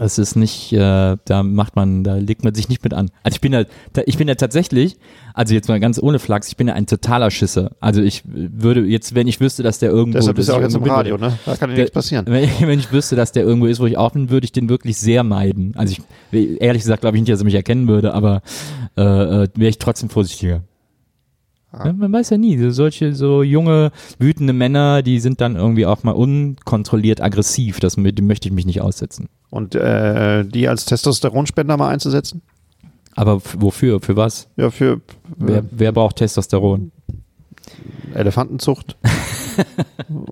Speaker 2: Es ist nicht, äh, da macht man, da legt man sich nicht mit an. Also ich bin da, da, ich bin da tatsächlich, also jetzt mal ganz ohne Flachs, ich bin da ein totaler Schisser. Also ich würde jetzt, wenn ich wüsste, dass der irgendwo,
Speaker 3: Deshalb bist du
Speaker 2: dass
Speaker 3: auch
Speaker 2: ich
Speaker 3: jetzt im
Speaker 2: irgendwo bin,
Speaker 3: Radio, ne? Da kann dir
Speaker 2: Der-
Speaker 3: nichts passieren.
Speaker 2: Wenn, wenn ich wüsste, dass der irgendwo ist, wo ich auch bin, würde ich den wirklich sehr meiden. Also ich, ehrlich gesagt, glaube ich nicht, dass er mich erkennen würde, aber äh, äh, wäre ich trotzdem vorsichtiger.
Speaker 3: Ah.
Speaker 2: Ja, Man weiß ja nie, so solche so junge, wütende Männer, die sind dann irgendwie auch mal unkontrolliert aggressiv. Das mö- dem möchte ich mich nicht aussetzen.
Speaker 3: Und äh, die als Testosteronspender mal einzusetzen?
Speaker 2: Aber f- wofür? Für was?
Speaker 3: Ja, für
Speaker 2: Wer, wer braucht Testosteron?
Speaker 3: äh, Elefantenzucht,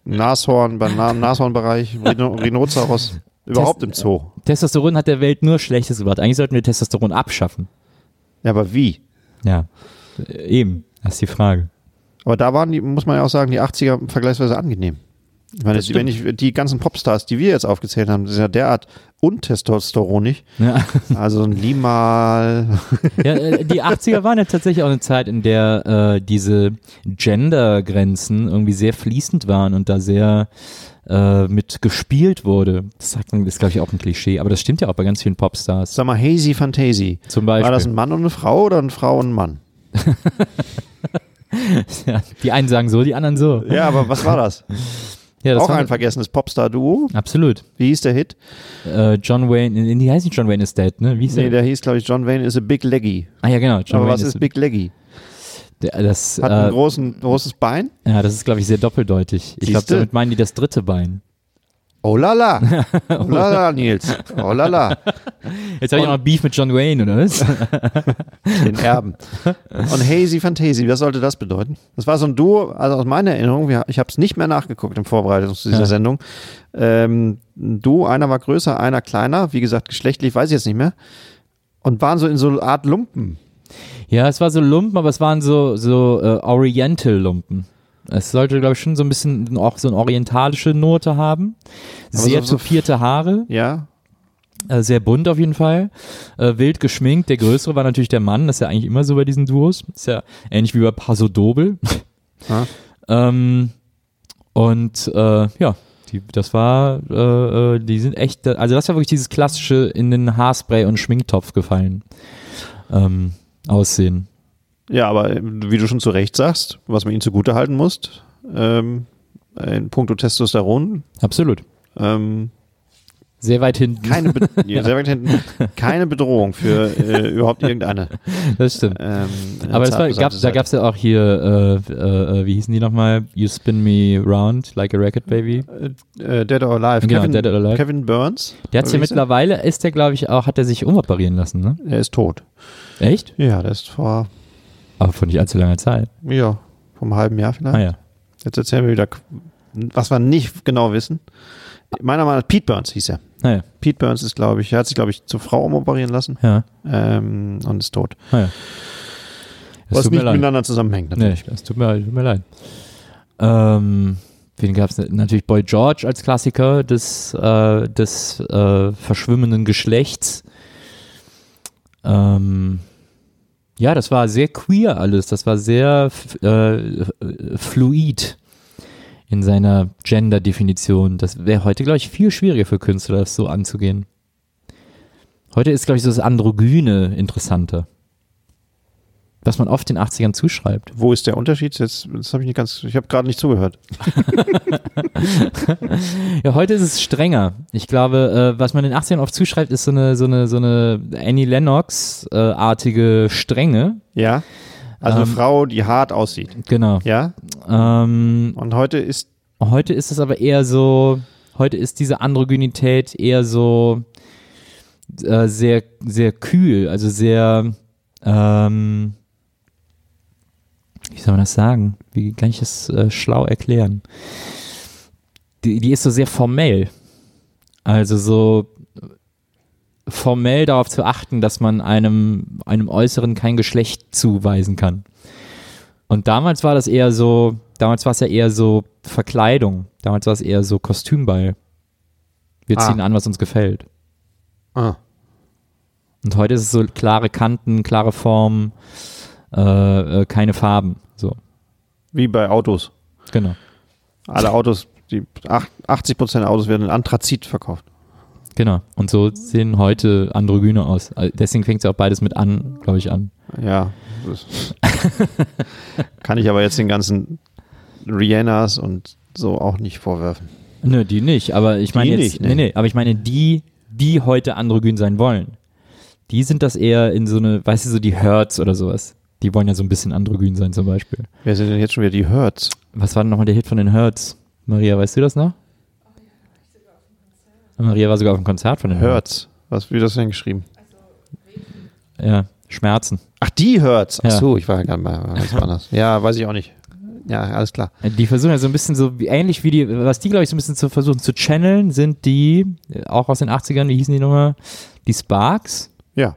Speaker 3: Nashorn, beim Na Nashornbereich, Rhino Rhinoceros, überhaupt im Zoo.
Speaker 2: Testosteron hat der Welt nur Schlechtes gebracht. Eigentlich sollten wir Testosteron abschaffen.
Speaker 3: Ja, aber wie?
Speaker 2: Ja, Äh, eben. Das ist die Frage.
Speaker 3: Aber da waren die, muss man ja auch sagen, die 80er vergleichsweise angenehm. Ich meine, wenn ich die ganzen Popstars, die wir jetzt aufgezählt haben, sind ja derart untestosteronig.
Speaker 2: Ja.
Speaker 3: Also ein Limal,
Speaker 2: Ja, äh, die 80er waren ja tatsächlich auch eine Zeit, in der äh, diese Gendergrenzen irgendwie sehr fließend waren und da sehr äh, mit gespielt wurde. Das sagt man, das ist, glaube ich, auch ein Klischee, aber das stimmt ja auch bei ganz vielen Popstars.
Speaker 3: sag mal, Hazy Fantasy.
Speaker 2: Zum
Speaker 3: War
Speaker 2: Beispiel.
Speaker 3: das ein Mann und eine Frau oder eine Frau und ein Mann?
Speaker 2: ja, die einen sagen so, die anderen so.
Speaker 3: Ja, aber was war das?
Speaker 2: Ja, das
Speaker 3: auch
Speaker 2: war-
Speaker 3: ein vergessenes Popstar-Duo.
Speaker 2: Absolut.
Speaker 3: Wie hieß der Hit?
Speaker 2: Äh, John Wayne, die heißt nicht John Wayne is dead, ne? Wie hieß
Speaker 3: Nee,
Speaker 2: der?
Speaker 3: der hieß, glaube ich, John Wayne is a Big Leggy.
Speaker 2: Ah ja, genau. John
Speaker 3: Aber
Speaker 2: Wayne
Speaker 3: was
Speaker 2: is
Speaker 3: ist Big Leggy?
Speaker 2: der- das,
Speaker 3: Hat ein
Speaker 2: äh,
Speaker 3: großen, großes Bein?
Speaker 2: ja, das ist, glaube ich, sehr doppeldeutig. Ich glaube,
Speaker 3: Siehste?
Speaker 2: damit meinen die das dritte Bein.
Speaker 3: Oh la la. Oh la la, Nils. Oh la la.
Speaker 2: Jetzt habe ich auch noch Beef mit John Wayne, oder was?
Speaker 3: Den Erben. Und Hazy Fantasy, was sollte das bedeuten? Das war so ein Duo, also aus meiner Erinnerung, wir, ich habe es nicht mehr nachgeguckt im Vorbereitung zu dieser
Speaker 2: Ja.
Speaker 3: Sendung. Ähm, ein Duo, einer war größer, einer kleiner, wie gesagt, geschlechtlich, weiß ich jetzt nicht mehr. Und waren so in so einer Art Lumpen.
Speaker 2: Ja, es war so Lumpen, aber es waren so, so äh, Oriental-Lumpen. Es sollte, glaube ich, schon so ein bisschen auch so eine orientalische Note haben. Sehr
Speaker 3: so- so-
Speaker 2: tupierte Haare,
Speaker 3: Ja,
Speaker 2: äh, sehr bunt auf jeden Fall, äh, wild geschminkt. Der Größere war natürlich der Mann, das ist ja eigentlich immer so bei diesen Duos. Ist ja ähnlich wie bei Paso Doble.
Speaker 3: Ja.
Speaker 2: ähm, und äh, ja, die, das war, äh, äh, die sind echt, also das war wirklich dieses klassische in den Haarspray und Schminktopf gefallen ähm, Aussehen.
Speaker 3: Ja, aber äh, wie du schon zu Recht sagst, was man ihnen zugute halten muss, ähm, in puncto Testosteron,
Speaker 2: Absolut.
Speaker 3: ähm,
Speaker 2: Sehr weit hinten.
Speaker 3: keine, Be ja. sehr weit hinten, keine Bedrohung für äh, überhaupt irgendeine.
Speaker 2: das stimmt.
Speaker 3: Ähm,
Speaker 2: Aber das
Speaker 3: zart
Speaker 2: war, gab,
Speaker 3: beseite
Speaker 2: da
Speaker 3: Seite.
Speaker 2: gab es ja auch hier, äh, äh, äh, wie hießen die nochmal? You spin me round like a racket, baby.
Speaker 3: äh, Dead or Alive.
Speaker 2: Genau,
Speaker 3: Kevin,
Speaker 2: Dead or Alive.
Speaker 3: Kevin Burns.
Speaker 2: Der hat's
Speaker 3: Oder
Speaker 2: ja
Speaker 3: wie hieß
Speaker 2: mittlerweile, ist der glaube ich auch, hat er sich umoperieren lassen, ne?
Speaker 3: er? Er ist tot.
Speaker 2: Echt?
Speaker 3: Ja, der ist vor,
Speaker 2: Aber vor nicht allzu langer Zeit.
Speaker 3: ja, vor einem halben Jahr vielleicht.
Speaker 2: Ah ja.
Speaker 3: Jetzt erzählen wir wieder, Qu- was wir nicht genau wissen. Meiner Meinung nach, Pete Burns hieß er.
Speaker 2: Naja,
Speaker 3: Pete Burns ist, glaube ich, er hat sich, glaube ich, zur Frau umoperieren lassen
Speaker 2: ja.
Speaker 3: ähm, und ist tot.
Speaker 2: Naja. Es
Speaker 3: Was
Speaker 2: tut mir
Speaker 3: nicht
Speaker 2: leid.
Speaker 3: miteinander zusammenhängt.
Speaker 2: Nee, es tut mir, tut mir leid. Ähm, wen gab's denn? natürlich Boy George als Klassiker des, äh, des äh, verschwimmenden Geschlechts. Ähm, ja, das war sehr queer alles. Das war sehr f- äh, fluid in seiner Gender-Definition. Das wäre heute, glaube ich, viel schwieriger für Künstler, das so anzugehen. Heute ist, glaube ich, so das Androgyne interessanter. Was man oft den 80ern zuschreibt.
Speaker 3: Wo ist der Unterschied? Jetzt, das habe ich nicht ganz. Ich habe gerade nicht zugehört.
Speaker 2: Ja, heute ist es strenger. Ich glaube, äh, was man den 80ern oft zuschreibt, ist so eine, so eine, so eine Annie Lennox-artige Strenge.
Speaker 3: Ja. Also eine
Speaker 2: Ähm.
Speaker 3: Frau, die hart aussieht.
Speaker 2: Genau.
Speaker 3: Ja.
Speaker 2: Ähm,
Speaker 3: Und heute ist
Speaker 2: Heute ist es aber eher so, heute ist diese Androgynität eher so äh, sehr, sehr kühl, also sehr, ähm, wie soll man das sagen? Wie kann ich das äh, schlau erklären? Die, die ist so sehr formell. Also so formell darauf zu achten, dass man einem, einem Äußeren kein Geschlecht zuweisen kann. Und damals war das eher so, damals war es ja eher so Verkleidung. Damals war es eher so Kostümball. Wir
Speaker 3: Ah.
Speaker 2: ziehen an, was uns gefällt.
Speaker 3: ah,
Speaker 2: Und heute ist es so klare Kanten, klare Formen, äh, äh, keine Farben. So,
Speaker 3: wie bei Autos.
Speaker 2: genau.
Speaker 3: Alle Autos, die ach- 80 Prozent Autos werden in Anthrazit verkauft.
Speaker 2: Genau. Und so sehen heute Androgyne aus. Also Deswegen fängt es auch beides mit an, glaube ich, an.
Speaker 3: Ja. Das kann ich aber jetzt den ganzen Rihannas und so auch nicht vorwerfen.
Speaker 2: Nö, die nicht, aber ich meine jetzt.
Speaker 3: nicht,
Speaker 2: nee.
Speaker 3: ne?
Speaker 2: nee, aber ich meine die, die heute androgyn sein wollen. Die sind das eher in so eine, weißt du, so die Hertz oder sowas. Die wollen ja so ein bisschen androgyn sein zum Beispiel.
Speaker 3: Wer sind denn jetzt schon wieder die Hertz?
Speaker 2: Was war denn nochmal der Hit von den Hertz? Maria, weißt du das noch? Maria war sogar auf dem Konzert von den Hertz.
Speaker 3: Hertz. Was, wie das denn geschrieben?
Speaker 2: Ja, Schmerzen.
Speaker 3: Ach, die Hertz. Ach
Speaker 2: Ja.
Speaker 3: so, ich war ja gerade mal war ganz woanders. Ja, weiß ich auch nicht. Ja, alles klar.
Speaker 2: Die versuchen ja so ein bisschen so, wie, ähnlich wie die, was die, glaube ich, so ein bisschen zu versuchen zu channeln, sind die, äh, auch aus den 80ern, wie hießen die nochmal? Die Sparks.
Speaker 3: Ja.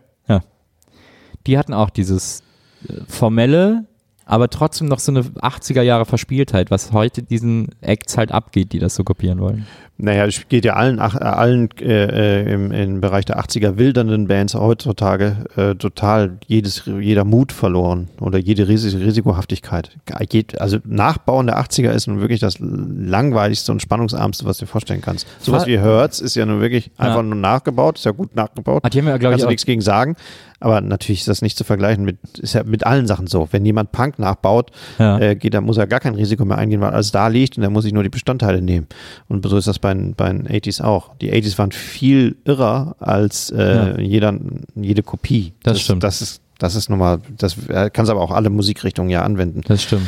Speaker 2: Die hatten auch dieses äh, formelle, aber trotzdem noch so eine 80er Jahre Verspieltheit, was heute diesen Acts halt abgeht, die das so kopieren wollen.
Speaker 3: Naja, das geht ja allen, ach- äh, allen äh, äh, im, im Bereich der 80er wildernden Bands heutzutage äh, total jedes, jeder Mut verloren oder jede Ris Risikohaftigkeit. Jed- Also Nachbauen der 80er ist nun wirklich das langweiligste und spannungsarmste, was du dir vorstellen kannst. Sowas
Speaker 2: Fa-
Speaker 3: wie Hertz ist ja nun wirklich
Speaker 2: Ja.
Speaker 3: einfach nur nachgebaut, ist ja gut nachgebaut.
Speaker 2: Ah, die haben ja, glaube
Speaker 3: Kannst
Speaker 2: ich,
Speaker 3: du
Speaker 2: auch,
Speaker 3: nichts gegen sagen, aber natürlich ist das nicht zu vergleichen mit, ist ja mit allen Sachen so. Wenn jemand Punk nachbaut,
Speaker 2: Ja.
Speaker 3: äh, geht, dann muss er gar kein Risiko mehr eingehen, weil alles da liegt und dann muss ich nur die Bestandteile nehmen. Und so ist das bei, den- bei den 80s auch. Die 80s waren viel irrer als äh,
Speaker 2: Ja.
Speaker 3: jeder, jede Kopie.
Speaker 2: Das stimmt.
Speaker 3: Das ist, das ist nun mal, das äh, kannst aber auch alle Musikrichtungen ja anwenden.
Speaker 2: das stimmt.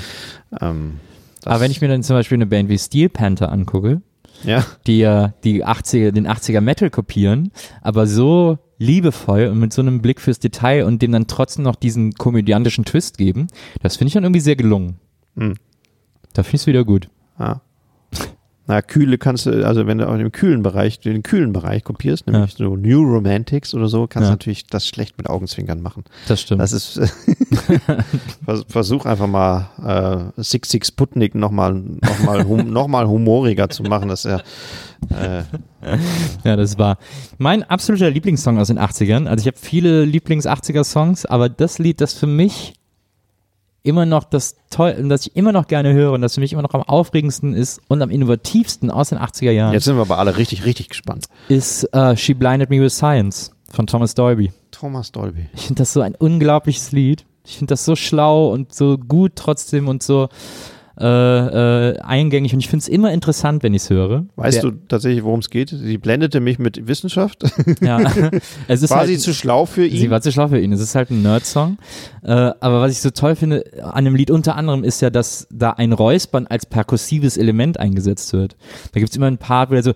Speaker 3: Ähm, das,
Speaker 2: Aber wenn ich mir dann zum Beispiel eine Band wie Steel Panther angucke,
Speaker 3: ja,
Speaker 2: die ja die 80er, den 80er Metal kopieren, aber so liebevoll und mit so einem Blick fürs Detail und dem dann trotzdem noch diesen komödiantischen Twist geben, das finde ich dann irgendwie sehr gelungen.
Speaker 3: Hm.
Speaker 2: Da finde ich es wieder gut.
Speaker 3: Ja. Na, kühle kannst du, also wenn du auch im kühlen Bereich, den kühlen Bereich kopierst, nämlich so New Romantics oder so, kannst
Speaker 2: Ja.
Speaker 3: du natürlich das schlecht mit Augenzwinkern machen.
Speaker 2: Das stimmt.
Speaker 3: Das ist, Vers- versuch einfach mal äh, Six Six Putnik nochmal noch mal hum, noch mal humoriger zu machen, dass er, äh,
Speaker 2: ja, das war mein absoluter Lieblingssong aus den 80ern. Also ich habe viele Lieblings-80er-Songs, aber das Lied, das für mich immer noch das toll, das ich immer noch gerne höre und das für mich immer noch am aufregendsten ist und am innovativsten aus den 80er Jahren,
Speaker 3: jetzt sind wir aber alle richtig, richtig gespannt.
Speaker 2: ist äh, She Blinded Me With Science von Thomas Dolby.
Speaker 3: Thomas Dolby.
Speaker 2: Ich finde das so ein unglaubliches Lied. Ich finde das so schlau und so gut trotzdem und so äh, äh, eingängig. Und ich finde es immer interessant, wenn ich es höre.
Speaker 3: Weißt du tatsächlich, worum es geht? Sie blendete mich mit Wissenschaft.
Speaker 2: du? Ja. es ist
Speaker 3: War
Speaker 2: halt,
Speaker 3: sie zu schlau für ihn?
Speaker 2: Sie war zu schlau für ihn. Es ist halt ein Nerd-Song. Äh, aber was ich so toll finde an dem Lied unter anderem ist ja, dass da ein Räuspern als perkussives Element eingesetzt wird. Da gibt's immer ein Part, wo er so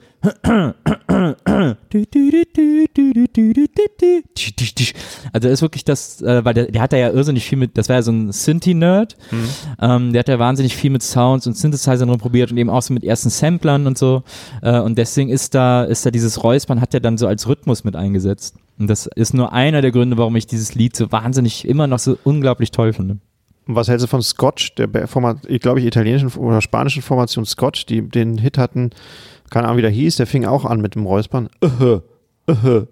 Speaker 2: also da ist wirklich das, äh, weil der, der hat da ja irrsinnig viel mit, das war ja so ein Synthi-Nerd,
Speaker 3: Mhm.
Speaker 2: ähm, der hat ja wahnsinnig viel mit Sounds und Synthesizern rumprobiert und eben auch so mit ersten Samplern und so äh, und deswegen ist da, ist da dieses Räuspern, hat er dann so als Rhythmus mit eingesetzt. Und das ist nur einer der Gründe, warum ich dieses Lied so wahnsinnig immer noch so unglaublich toll finde.
Speaker 3: Und was hältst du von Scotch, der Be- Forma- ich glaube ich, italienischen oder spanischen Formation Scotch, die Äh, den Hit hatten, keine Ahnung, wie der hieß, der fing auch an mit dem Räuspern. Öhö, öhö,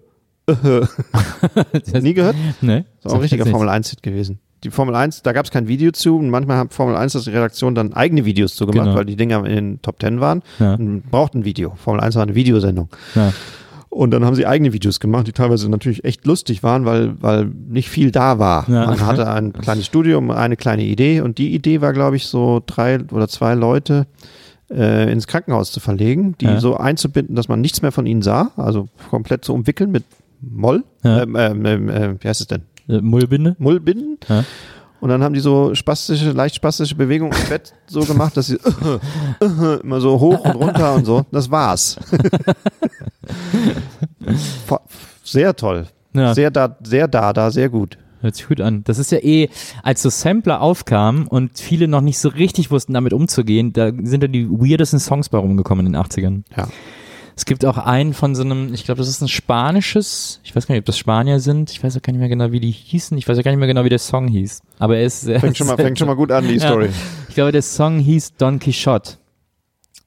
Speaker 3: äh, Nie gehört?
Speaker 2: Ne?
Speaker 3: Das ist auch ein richtiger Formel-1-Hit gewesen. Die Formel 1, da gab es kein Video zu und manchmal hat Formel 1 das Redaktion dann eigene Videos zu gemacht,
Speaker 2: Genau.
Speaker 3: weil die Dinger in den Top 10 waren
Speaker 2: Ja.
Speaker 3: und brauchten ein Video. Formel 1 war eine Videosendung.
Speaker 2: Ja.
Speaker 3: Und dann haben sie eigene Videos gemacht, die teilweise natürlich echt lustig waren, weil, weil nicht viel da war.
Speaker 2: Ja.
Speaker 3: Man hatte ein kleines Studium, eine kleine Idee und die Idee war, glaube ich, so drei oder zwei Leute äh, ins Krankenhaus zu verlegen, die
Speaker 2: Ja.
Speaker 3: so einzubinden, dass man nichts mehr von ihnen sah, also komplett zu umwickeln mit Moll,
Speaker 2: Ja.
Speaker 3: ähm, ähm, ähm, äh, wie heißt es denn?
Speaker 2: Äh, Mullbinde?
Speaker 3: Mullbinden.
Speaker 2: Ja.
Speaker 3: Und dann haben die so spastische, leicht spastische Bewegungen im Bett so gemacht, dass sie äh, immer so hoch und runter und so. Das war's. Fa- sehr toll.
Speaker 2: Ja.
Speaker 3: Sehr da, sehr da, da, sehr gut.
Speaker 2: Hört sich gut an. Das ist ja eh, als so Sampler aufkamen und viele noch nicht so richtig wussten, damit umzugehen, da sind ja die weirdesten Songs bei rumgekommen in den 80ern.
Speaker 3: Ja.
Speaker 2: Es gibt auch einen von so einem, ich glaube, das ist ein spanisches, ich weiß gar nicht, ob das Spanier sind, ich weiß auch gar nicht mehr genau, wie die hießen, ich weiß auch gar nicht mehr genau, wie der Song hieß. Aber er ist sehr,
Speaker 3: Fängt schon mal, fängt schon mal gut an, die
Speaker 2: Ja.
Speaker 3: Story.
Speaker 2: ich glaube, der Song hieß Don Quixote.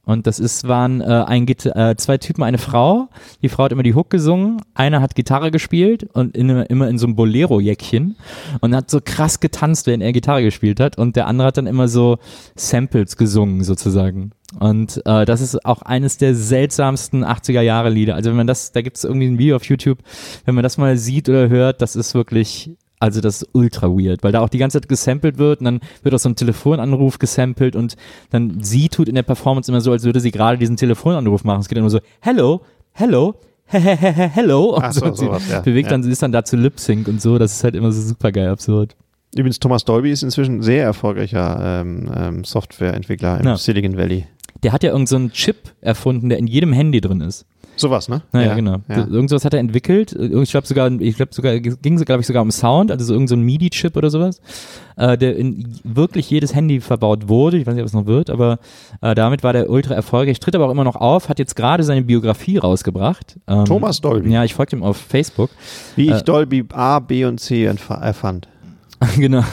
Speaker 2: Und das ist, waren äh, ein Git äh, zwei Typen, eine Frau. Die Frau hat immer die Hook gesungen. Einer hat Gitarre gespielt und in, immer in so einem Bolero-Jäckchen und hat so krass getanzt, während er Gitarre gespielt hat. Und der andere hat dann immer so Samples gesungen sozusagen. Und äh, das ist auch eines der seltsamsten 80er-Jahre-Lieder. Also wenn man das, da gibt es irgendwie ein Video auf YouTube, wenn man das mal sieht oder hört, das ist wirklich also das ist ultra weird, weil da auch die ganze Zeit gesampelt wird und dann wird auch so ein Telefonanruf gesampelt und dann sie tut in der Performance immer so, als würde sie gerade diesen Telefonanruf machen. Es geht immer so, hello, hello, hehehehe, hello. Und
Speaker 3: Ach so,
Speaker 2: und sie
Speaker 3: sowas, ja,
Speaker 2: bewegt
Speaker 3: ja.
Speaker 2: dann, sie ist dann dazu Lip-Sync und so, das ist halt immer so super geil absurd.
Speaker 3: Übrigens, Thomas Dolby ist inzwischen ein sehr erfolgreicher ähm, ähm, Softwareentwickler im
Speaker 2: Ja.
Speaker 3: Silicon Valley.
Speaker 2: Der hat ja irgendeinen so einen Chip erfunden, der in jedem Handy drin ist.
Speaker 3: Sowas, ne?
Speaker 2: Naja, genau.
Speaker 3: Ja.
Speaker 2: Irgendwas hat er entwickelt. Ich glaube sogar, ich glaube sogar, ging sogar, glaube ich, sogar um Sound, also so irgendein so ein MIDI-Chip oder sowas, äh, der in wirklich jedes Handy verbaut wurde. Ich weiß nicht, ob es noch wird, aber äh, damit war der ultra erfolgreich. Tritt aber auch immer noch auf, hat jetzt gerade seine Biografie rausgebracht. Ähm,
Speaker 3: Thomas Dolby.
Speaker 2: Ja, ich folgte ihm auf Facebook.
Speaker 3: Wie ich
Speaker 2: Äh.
Speaker 3: Dolby A, B und C entf- erfand.
Speaker 2: genau.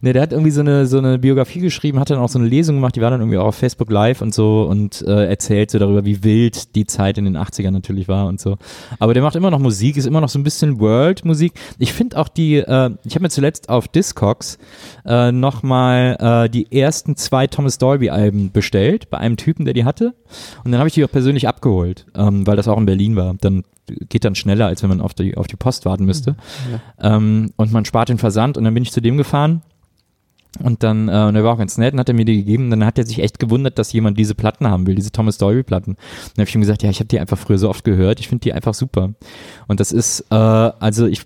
Speaker 2: Ne, der hat irgendwie so eine, so eine Biografie geschrieben, hat dann auch so eine Lesung gemacht, die war dann irgendwie auch auf Facebook Live und so und äh, erzählt so darüber, wie wild die Zeit in den 80ern natürlich war und so. Aber der macht immer noch Musik, ist immer noch so ein bisschen World-Musik. Ich finde auch die, äh, ich habe mir zuletzt auf Discogs äh, nochmal äh, die ersten zwei Thomas Dolby-Alben bestellt, bei einem Typen, der die hatte. Und dann habe ich die auch persönlich abgeholt, ähm, weil das auch in Berlin war. Dann geht dann schneller, als wenn man auf die, auf die Post warten müsste. Ähm, und man spart den Versand und dann bin ich zu dem gefahren. Und dann, äh, und er war auch ganz nett und hat er mir die gegeben. Und dann hat er sich echt gewundert, dass jemand diese Platten haben will, diese Thomas Dolby-Platten. Und dann habe ich ihm gesagt, ja, ich habe die einfach früher so oft gehört. Ich finde die einfach super. Und das ist, äh, also ich,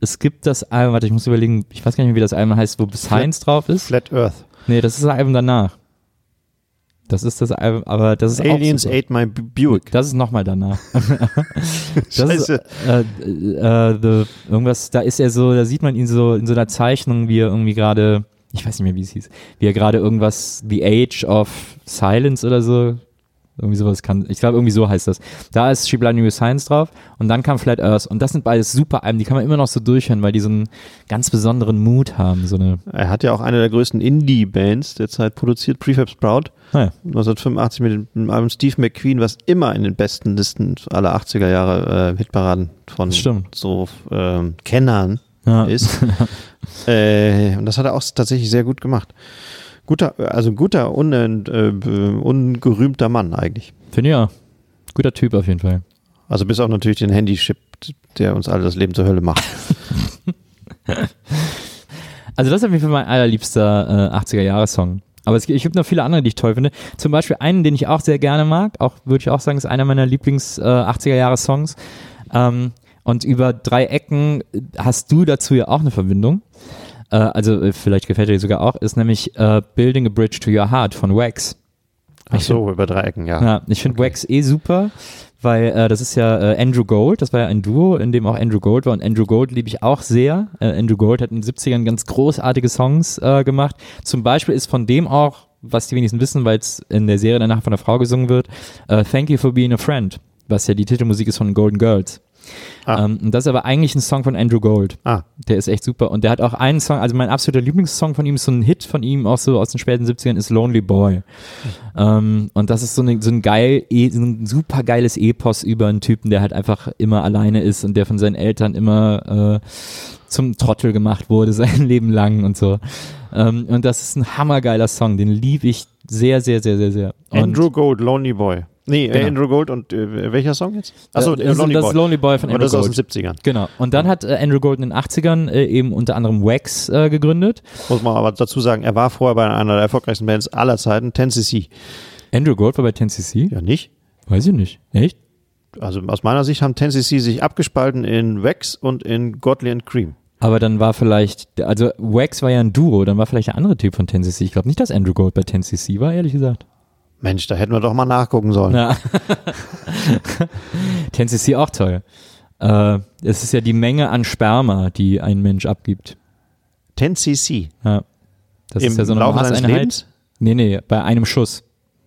Speaker 2: es gibt das Album, warte, ich muss überlegen, ich weiß gar nicht mehr, wie das Album heißt, wo Science drauf ist.
Speaker 3: Flat Earth.
Speaker 2: Nee, das ist das Album danach. Das ist das Album, aber das ist
Speaker 3: Aliens
Speaker 2: auch super.
Speaker 3: ate my Bu- Buick.
Speaker 2: Das ist nochmal danach. Das ist,
Speaker 3: Scheiße.
Speaker 2: äh, äh, the, irgendwas, da ist er so, da sieht man ihn so in so einer Zeichnung, wie er irgendwie gerade, ich weiß nicht mehr, wie es hieß, wie er gerade irgendwas, The Age of Silence oder so, irgendwie sowas kann, ich glaube, irgendwie so heißt das. Da ist She Blind New Science drauf und dann kam Flat Earth und das sind beides super Alben, die kann man immer noch so durchhören, weil die so einen ganz besonderen Mut haben, so eine,
Speaker 3: Er hat ja auch eine der größten Indie-Bands derzeit produziert, Prefab Sprout,
Speaker 2: naja,
Speaker 3: 1985 mit dem- dem Album Steve McQueen, was immer in den besten Listen aller 80er Jahre äh, Hitparaden von
Speaker 2: Das stimmt.
Speaker 3: so ähm, Kennern
Speaker 2: ja,
Speaker 3: ist. äh, und das hat er auch tatsächlich sehr gut gemacht. Guter, also guter, un, äh, b- ungerühmter Mann eigentlich.
Speaker 2: finde ich ja, guter Typ auf jeden Fall.
Speaker 3: Also bis auf natürlich den Handy-Chip, der uns alle das Leben zur Hölle macht.
Speaker 2: Also das ist auf jeden Fall mein allerliebster äh, 80er-Jahre-Song. Aber es, gibt- ich habe noch viele andere, die ich toll finde. Zum Beispiel einen, den ich auch sehr gerne mag. Auch würde ich auch sagen, ist einer meiner Lieblings äh, 80er-Jahre-Songs. Ähm, und über drei Ecken äh, hast du dazu ja auch eine Verbindung. Äh, also äh, vielleicht gefällt dir die sogar auch. Ist nämlich äh, Building a Bridge to Your Heart von Wax.
Speaker 3: Ach so, über Dreiecken, ja.
Speaker 2: Ja, ich finde Wax eh super, weil äh, das ist ja äh, Andrew Gold, das war ja ein Duo, in dem auch Andrew Gold war und Andrew Gold liebe ich auch sehr. Äh, Andrew Gold hat in den 70ern ganz großartige Songs äh, gemacht. Zum Beispiel ist von dem auch, was die wenigsten wissen, weil es in der Serie danach von einer Frau gesungen wird, äh, Thank You for Being a Friend, was ja die Titelmusik ist von Golden Girls.
Speaker 3: Ah.
Speaker 2: Ähm, und das ist aber eigentlich ein Song von Andrew Gold.
Speaker 3: Ah,
Speaker 2: Der ist echt super. Und der hat auch einen Song, also mein absoluter Lieblingssong von ihm ist so ein Hit von ihm, auch so aus den späten 70ern, ist Lonely Boy. Ähm, und das ist so, eine, so ein geil, e, so ein super geiles Epos über einen Typen, der halt einfach immer alleine ist und der von seinen Eltern immer äh, zum Trottel gemacht wurde, sein Leben lang und so. Ähm, und das ist ein hammergeiler Song, den liebe ich sehr, sehr, sehr, sehr, sehr. Und äh,
Speaker 3: Andrew Gold, Lonely Boy. Nee, äh,
Speaker 2: Genau.
Speaker 3: Andrew Gold und äh, welcher Song jetzt? Achso,
Speaker 2: das,
Speaker 3: äh,
Speaker 2: ist-
Speaker 3: Lonely
Speaker 2: das
Speaker 3: Boy.
Speaker 2: ist Lonely Boy von
Speaker 3: Aber
Speaker 2: Andrew
Speaker 3: das ist
Speaker 2: Gold.
Speaker 3: aus den 70ern.
Speaker 2: Genau. Und dann hat äh, Andrew Gold in den 80ern äh, eben unter anderem Wax äh, gegründet.
Speaker 3: Muss man aber dazu sagen, er war vorher bei einer der erfolgreichsten Bands aller Zeiten, 10cc.
Speaker 2: Andrew Gold war bei 10cc?
Speaker 3: Ja, nicht?
Speaker 2: Weiß ich nicht. Echt?
Speaker 3: Also aus meiner Sicht haben 10cc sich abgespalten in Wax und in Godly and Cream.
Speaker 2: Aber dann war vielleicht, also Wax war ja ein Duo, dann war vielleicht der andere Typ von 10cc. Ich glaube nicht, dass Andrew Gold bei 10cc war, ehrlich gesagt.
Speaker 3: Mensch, da hätten wir doch mal nachgucken sollen.
Speaker 2: Ja. 10cc auch toll. Äh, es ist ja die Menge an Sperma, die ein Mensch abgibt.
Speaker 3: 10cc.
Speaker 2: Ja. Das
Speaker 3: Im
Speaker 2: ist ja so eine
Speaker 3: Laufe seines
Speaker 2: Maßeinheit.
Speaker 3: Lebens?
Speaker 2: Nee, nee, bei einem Schuss.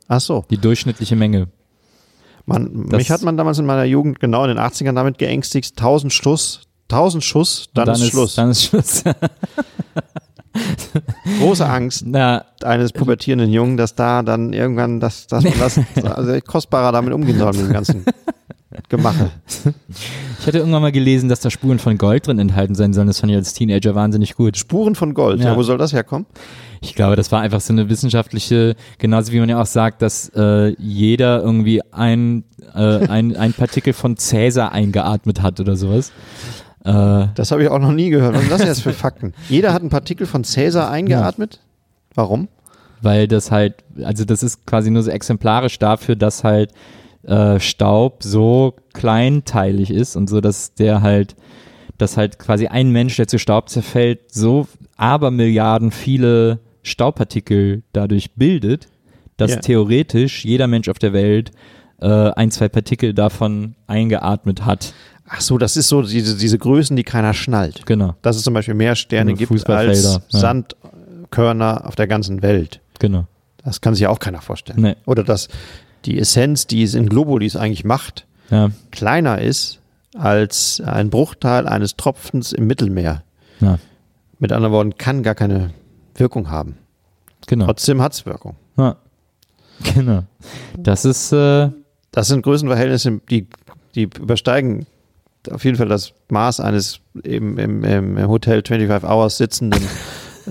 Speaker 3: Ach so.
Speaker 2: Die durchschnittliche Menge.
Speaker 3: Man,
Speaker 2: Das-
Speaker 3: mich hat man damals in meiner Jugend, genau in den 80ern, damit geängstigt, 1000 Schuss, 1000 Schuss, dann,
Speaker 2: Und
Speaker 3: ist Schluss.
Speaker 2: Dann ist Schluss.
Speaker 3: Große Angst
Speaker 2: Na,
Speaker 3: eines
Speaker 2: Also
Speaker 3: pubertierenden Jungen, dass da dann irgendwann das, dass man das also kostbarer damit umgehen soll mit dem ganzen Gemache.
Speaker 2: ich hatte irgendwann mal gelesen, dass da Spuren von Gold drin enthalten sein sollen. Das fand ich als Teenager wahnsinnig gut.
Speaker 3: Spuren von Gold. Ja.
Speaker 2: Ja.
Speaker 3: wo soll das herkommen?
Speaker 2: Ich glaube, das war einfach so eine wissenschaftliche, genauso wie man ja auch sagt, dass äh, jeder irgendwie ein, äh, ein, ein Partikel von Cäsar eingeatmet hat oder sowas. Äh,
Speaker 3: Das habe ich auch noch nie gehört. Was sind das jetzt für Fakten? Jeder hat ein Partikel von Cäsar eingeatmet. Warum?
Speaker 2: weil das halt, also das ist quasi nur so exemplarisch dafür, dass halt äh, Staub so kleinteilig ist und so, dass der halt, dass halt quasi ein Mensch, der zu Staub zerfällt, so abermilliarden viele Staubpartikel dadurch bildet, dass
Speaker 3: Ja.
Speaker 2: theoretisch jeder Mensch auf der Welt äh, ein, zwei Partikel davon eingeatmet hat.
Speaker 3: Ach so, das ist so diese, diese Größen, die keiner schnallt.
Speaker 2: Genau,
Speaker 3: Dass es zum Beispiel mehr Sterne
Speaker 2: Nur
Speaker 3: gibt
Speaker 2: Fußballfelder,
Speaker 3: als
Speaker 2: ja.
Speaker 3: Sandkörner auf der ganzen Welt.
Speaker 2: genau.
Speaker 3: Das kann sich ja auch keiner vorstellen.
Speaker 2: Nee.
Speaker 3: Oder dass die Essenz, die es in Globulis eigentlich macht,
Speaker 2: Ja,
Speaker 3: kleiner ist als ein Bruchteil eines Tropfens im Mittelmeer.
Speaker 2: ja
Speaker 3: Mit anderen Worten, kann gar keine Wirkung haben.
Speaker 2: genau.
Speaker 3: Trotzdem hat es Wirkung.
Speaker 2: Ja. Genau. Das ist, äh,
Speaker 3: Das sind Größenverhältnisse, die, die übersteigen auf jeden Fall das Maß eines im, im, im Hotel 25 Hours sitzenden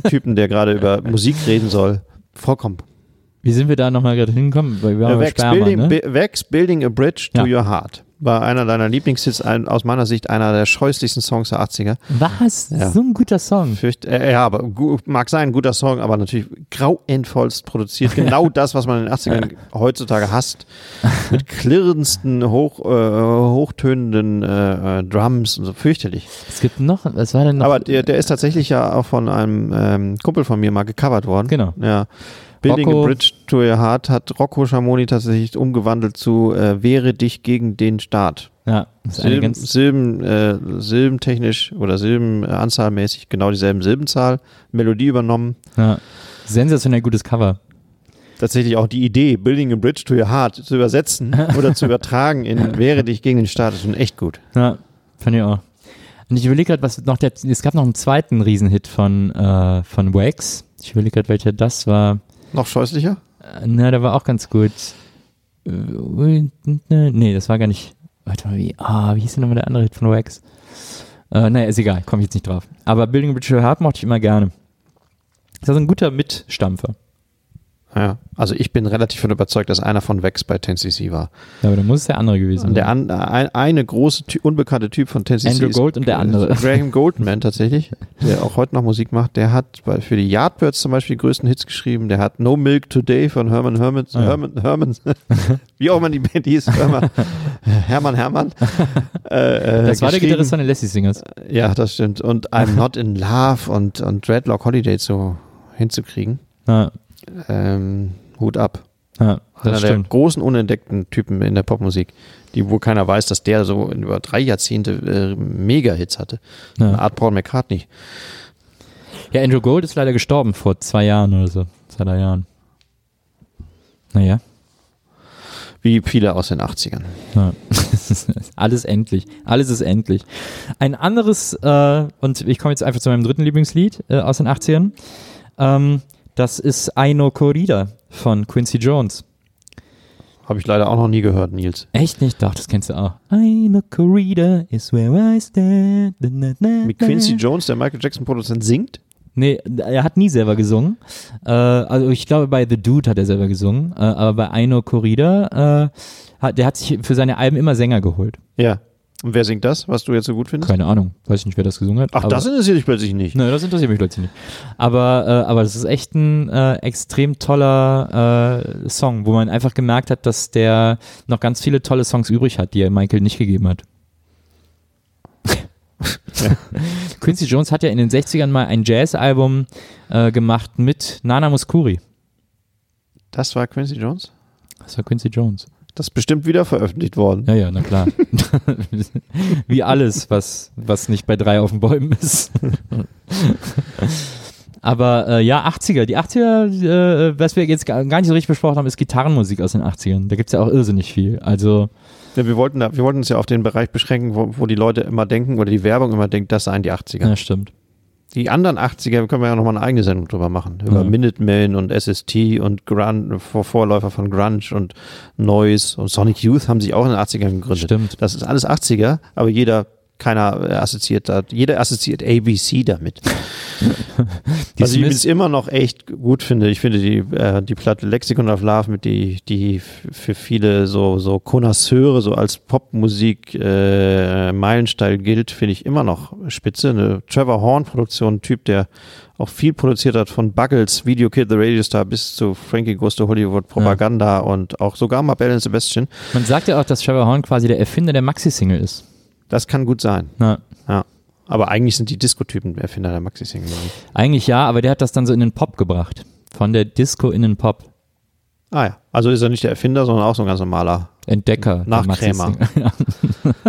Speaker 3: Typen, der gerade über Musik reden soll. Vollkommen.
Speaker 2: Wie sind wir da nochmal gerade hingekommen? Weil wir waren bei
Speaker 3: Wax,
Speaker 2: Sperma,
Speaker 3: building,
Speaker 2: ne?
Speaker 3: Bi- Wax Building a Bridge to
Speaker 2: Ja.
Speaker 3: Your Heart war einer deiner Lieblingshits, ein, aus meiner Sicht einer der scheußlichsten Songs der 80er.
Speaker 2: Was?
Speaker 3: Ja.
Speaker 2: So ein guter Song.
Speaker 3: Fürcht, äh, ja, aber gu- mag sein, guter Song, aber natürlich grauenvollst produziert. Genau das, was man in den 80ern heutzutage hasst. Mit klirrendsten, hoch, äh, hochtönenden äh, äh, Drums und so. Fürchterlich.
Speaker 2: Es gibt noch, was war denn noch?
Speaker 3: Aber der, der ist tatsächlich ja auch von einem ähm, Kumpel von mir mal gecovert worden.
Speaker 2: Genau.
Speaker 3: Ja. Building
Speaker 2: Rocco-
Speaker 3: a Bridge to Your Heart hat Rocco Schamoni tatsächlich umgewandelt zu äh, Wehre dich gegen den Staat.
Speaker 2: ja, das ist eine
Speaker 3: Silben,
Speaker 2: ganz,
Speaker 3: Silben, äh, silbentechnisch oder Silbenanzahlmäßig genau dieselben Silbenzahl, Melodie übernommen.
Speaker 2: ja, sensationell gutes Cover.
Speaker 3: Tatsächlich auch die Idee, Building a Bridge to Your Heart zu übersetzen oder zu übertragen in Wäre dich gegen den Staat ist schon echt gut.
Speaker 2: Ja, fand ich auch. Und ich überlege gerade, was noch der, es gab noch einen zweiten Riesenhit von, äh, von Wax. Ich überlege gerade, welcher das war.
Speaker 3: Noch scheußlicher?
Speaker 2: Äh, Na, der war auch ganz gut. Äh, ui, ne, Nee, das war gar nicht. Warte mal, wie, ah, wie hieß denn nochmal der andere Hit von Wax? Äh, naja, ist egal, komme ich jetzt nicht drauf. Aber Building a Bridge to Your Heart mochte ich immer gerne. Ist also ein guter Mitstampfer.
Speaker 3: Ja. Also ich bin relativ von überzeugt, dass einer von Vex bei 10cc war.
Speaker 2: Ja, aber dann muss es der andere gewesen
Speaker 3: Und der
Speaker 2: sein.
Speaker 3: an, ein, eine große, Ty unbekannte Typ von Tennessee
Speaker 2: Mhm. Andrew
Speaker 3: ist-
Speaker 2: Gold und der andere.
Speaker 3: ist Graham Goldman tatsächlich, der auch heute noch Musik macht. Der hat bei, für die Yardbirds zum Beispiel die größten Hits geschrieben. Der hat No Milk Today von Herman Herman,
Speaker 2: Ah ja.
Speaker 3: Herman, Herman wie auch immer die Band hieß, Herman Hermann, Hermann. Äh, äh,
Speaker 2: das war der
Speaker 3: geschrieben.
Speaker 2: Gitarrist von den Lassie Singers.
Speaker 3: Ja, das stimmt. Und I'm Not in Love und, und Dreadlock Holiday so hinzukriegen.
Speaker 2: Ja,
Speaker 3: Ähm, Hut ab.
Speaker 2: ja,
Speaker 3: Einer
Speaker 2: das
Speaker 3: der
Speaker 2: stimmt.
Speaker 3: großen unentdeckten Typen in der Popmusik, die, wo keiner weiß, dass der so in über drei Jahrzehnte äh, Mega-Hits hatte. Eine
Speaker 2: Ja.
Speaker 3: Art Paul McCartney.
Speaker 2: ja, Andrew Gold ist leider gestorben vor zwei Jahren oder so. Zwei, drei Jahren. Naja.
Speaker 3: wie viele aus den 80ern.
Speaker 2: Ja. Alles endlich. Alles ist endlich. Ein anderes, äh, und ich komme jetzt einfach zu meinem dritten Lieblingslied äh, aus den 80ern. Ähm, das ist Aino Corrida von Quincy Jones.
Speaker 3: Habe ich leider auch noch nie gehört, Nils.
Speaker 2: Echt nicht? Doch, das kennst du auch. Aino Corrida is where I stand. Mhm.
Speaker 3: Mit Quincy Jones, der Michael Jackson-Produzent, singt?
Speaker 2: Nee, er hat nie selber gesungen. Äh, also ich glaube, bei The Dude hat er selber gesungen. Äh, aber bei Aino Corrida, äh, hat, der hat sich für seine Alben immer Sänger geholt.
Speaker 3: Ja. Und wer singt das, was du jetzt so gut findest?
Speaker 2: Keine Ahnung. Weiß nicht, wer das gesungen hat.
Speaker 3: Ach,
Speaker 2: aber-
Speaker 3: das interessiert dich plötzlich nicht.
Speaker 2: Nö, das interessiert mich plötzlich nicht. Aber, äh, aber das ist echt ein äh, extrem toller äh, Song, wo man einfach gemerkt hat, dass der noch ganz viele tolle Songs übrig hat, die er Michael nicht gegeben hat. Quincy Jones hat ja in den 60ern mal ein Jazz-Album äh, gemacht mit Nana Muscuri.
Speaker 3: Das war Quincy Jones?
Speaker 2: Das war Quincy Jones.
Speaker 3: Das ist bestimmt wieder veröffentlicht worden.
Speaker 2: Ja, ja, na klar. Wie alles, was, was nicht bei drei auf den Bäumen ist. Aber äh, ja, 80er. Die 80er, äh, was wir jetzt gar gar nicht so richtig besprochen haben, ist Gitarrenmusik aus den 80ern. Da gibt's ja auch irrsinnig viel. Also,
Speaker 3: Ja, wir, wollten, da- wir wollten uns ja auf den Bereich beschränken, wo, wo die Leute immer denken oder die Werbung immer denkt, das seien die 80er.
Speaker 2: ja, stimmt.
Speaker 3: Die anderen 80er können wir ja nochmal eine eigene Sendung drüber machen. Über
Speaker 2: Ja.
Speaker 3: Minutemen und SST und Grun, Vor- Vorläufer von Grunge und Noise und Sonic Youth haben sich auch in den 80ern gegründet.
Speaker 2: Stimmt.
Speaker 3: Das ist alles 80er, aber jeder, keiner äh, assoziiert da, jeder assoziiert ABC damit.
Speaker 2: Die
Speaker 3: Was
Speaker 2: Smiths-
Speaker 3: ich übrigens immer noch echt gut finde, ich finde die, äh, die Platte Lexicon of Love, mit die, die f- für viele so, so Connoisseure, so als Popmusik äh, Meilenstein gilt, finde ich immer noch spitze. Eine Trevor Horn-Produktion, ein Typ, der auch viel produziert hat, von Buggles, Video Kid the Radio Star bis zu Frankie Goes to Hollywood, Propaganda und auch sogar mal Bell and Sebastian.
Speaker 2: Man sagt ja auch, dass Trevor Horn quasi der Erfinder der Maxi-Single ist.
Speaker 3: Das kann gut sein.
Speaker 2: Na,
Speaker 3: Ja. Aber eigentlich sind die Disco-Typen Erfinder der Maxi-Single.
Speaker 2: eigentlich ja, aber der hat das dann so in den Pop gebracht. Von der Disco in den Pop.
Speaker 3: Ah ja, also ist er nicht der Erfinder, sondern auch so ein ganz normaler
Speaker 2: Entdecker. der
Speaker 3: Nachkrämer.
Speaker 2: Maxi-Single.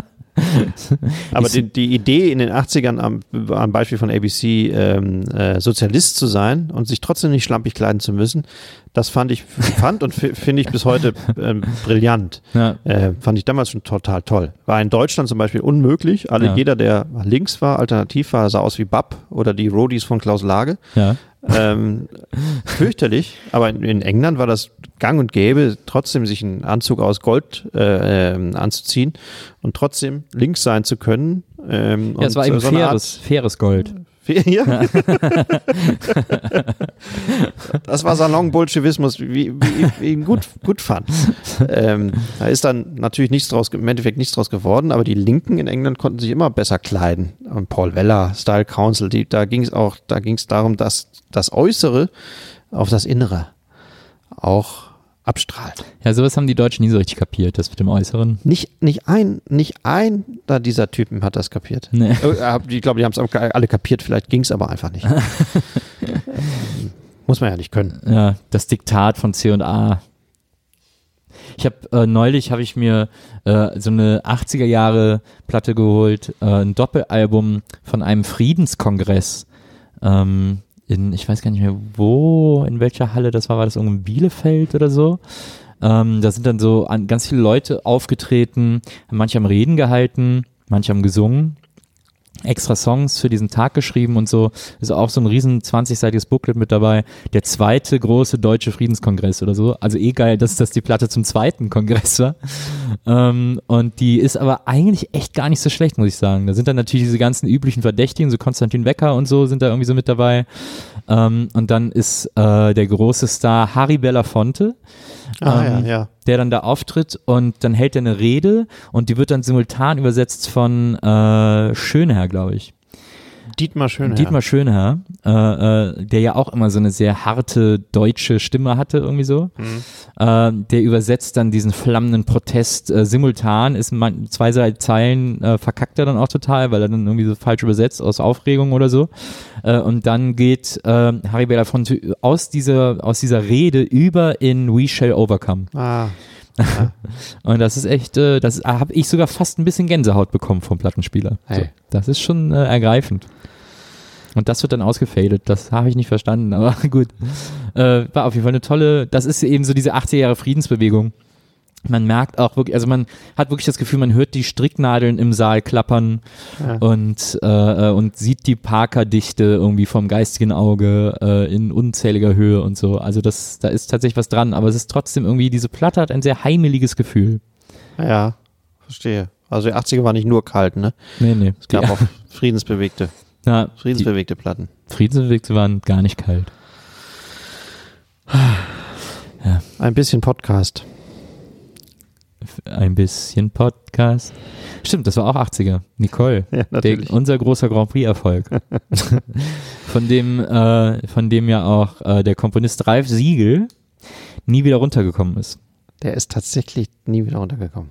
Speaker 3: Aber die, die Idee in den 80ern am, am Beispiel von ABC ähm, äh, Sozialist zu sein und sich trotzdem nicht schlampig kleiden zu müssen, das fand ich fand und fi- finde ich bis heute ähm, brillant.
Speaker 2: Ja.
Speaker 3: Äh, fand ich damals schon total toll. War in Deutschland zum Beispiel unmöglich. Alle,
Speaker 2: Ja.
Speaker 3: Jeder, der links war, alternativ war, sah aus wie Bab oder die Roadies von Klaus Lage.
Speaker 2: ja.
Speaker 3: Ähm, fürchterlich, aber in, in England war das gang und gäbe, trotzdem sich einen Anzug aus Gold äh, ähm, anzuziehen und trotzdem links sein zu können. Ähm,
Speaker 2: ja, es
Speaker 3: und
Speaker 2: war eben
Speaker 3: so eine Art-
Speaker 2: faires, faires Gold.
Speaker 3: Ja. das war Salon-Bolschewismus, wie, wie ich ihn gut, gut fand. Ähm, da ist dann natürlich nichts draus, im Endeffekt nichts draus geworden, aber die Linken in England konnten sich immer besser kleiden. Und Paul Weller, Style Council, die, da ging es auch, da ging es darum, dass das Äußere auf das Innere auch abstrahlt.
Speaker 2: Ja, sowas haben die Deutschen nie so richtig kapiert, das mit dem Äußeren.
Speaker 3: Nicht, nicht ein, nicht ein da dieser Typen hat das kapiert.
Speaker 2: Nee.
Speaker 3: Äh, hab- Ich glaube, die haben es alle kapiert, vielleicht ging es aber einfach nicht. Ähm, Muss man ja nicht können.
Speaker 2: Ja, das Diktat von C und A. Ich habe äh, neulich habe ich mir äh, so eine 80er Jahre Platte geholt, äh, ein Doppelalbum von einem Friedenskongress ähm, in ich weiß gar nicht mehr wo, in welcher Halle das war, war das irgendwo in Bielefeld oder so. Ähm, da sind dann so an, ganz viele Leute aufgetreten, manche haben Reden gehalten, manche haben gesungen, extra Songs für diesen Tag geschrieben und so. Ist auch so ein riesen 20-seitiges Booklet mit dabei. Der zweite große deutsche Friedenskongress oder so. Also eh geil, dass das die Platte zum zweiten Kongress war. Ähm, und die ist aber eigentlich echt gar nicht so schlecht, muss ich sagen. Da sind dann natürlich diese ganzen üblichen Verdächtigen, so Konstantin Wecker und so sind da irgendwie so mit dabei. Ähm, und dann ist äh, der große Star Harry Belafonte
Speaker 3: Ah,
Speaker 2: Ähm,
Speaker 3: ja, ja.
Speaker 2: der dann da auftritt und dann hält er eine Rede und die wird dann simultan übersetzt von äh, Schöneherr, glaube ich.
Speaker 3: Dietmar Schöner.
Speaker 2: Dietmar Schöneherr, äh, äh, der ja auch immer so eine sehr harte deutsche Stimme hatte, irgendwie so. Äh, der übersetzt dann diesen flammenden Protest äh, simultan, ist man, zwei drei Zeilen äh, verkackt er dann auch total, weil er dann irgendwie so falsch übersetzt aus Aufregung oder so. Äh, und dann geht äh, Harry Belafonte aus dieser, aus dieser Rede über in We Shall Overcome.
Speaker 3: Ah,
Speaker 2: Und das ist echt, äh, das habe ich sogar fast ein bisschen Gänsehaut bekommen vom Plattenspieler.
Speaker 3: Hey.
Speaker 2: So, das ist schon äh, ergreifend. Und das wird dann ausgefadet. Das habe ich nicht verstanden, aber gut. Äh, war auf jeden Fall eine tolle, das ist eben so diese 80er Jahre Friedensbewegung. man merkt auch wirklich, also man hat wirklich das Gefühl, man hört die Stricknadeln im Saal klappern und, äh, äh, und sieht die Parkerdichte irgendwie vom geistigen Auge äh, in unzähliger Höhe und so. Also das, da ist tatsächlich was dran, aber es ist trotzdem irgendwie, diese Platte hat ein sehr heimeliges Gefühl.
Speaker 3: Ja, verstehe. Also die 80er war nicht nur kalt, ne?
Speaker 2: Nee, nee.
Speaker 3: Es gab
Speaker 2: die,
Speaker 3: auch friedensbewegte,
Speaker 2: na, die
Speaker 3: friedensbewegte Platten.
Speaker 2: Friedensbewegte waren gar nicht kalt.
Speaker 3: Ein bisschen Podcast.
Speaker 2: Ein bisschen Podcast. Stimmt, das war auch 80er. Nicole.
Speaker 3: Ja,
Speaker 2: Der, unser großer Grand Prix-Erfolg. von, dem, äh, von dem ja auch äh, der Komponist Ralf Siegel nie wieder runtergekommen ist.
Speaker 3: Der ist tatsächlich nie wieder runtergekommen.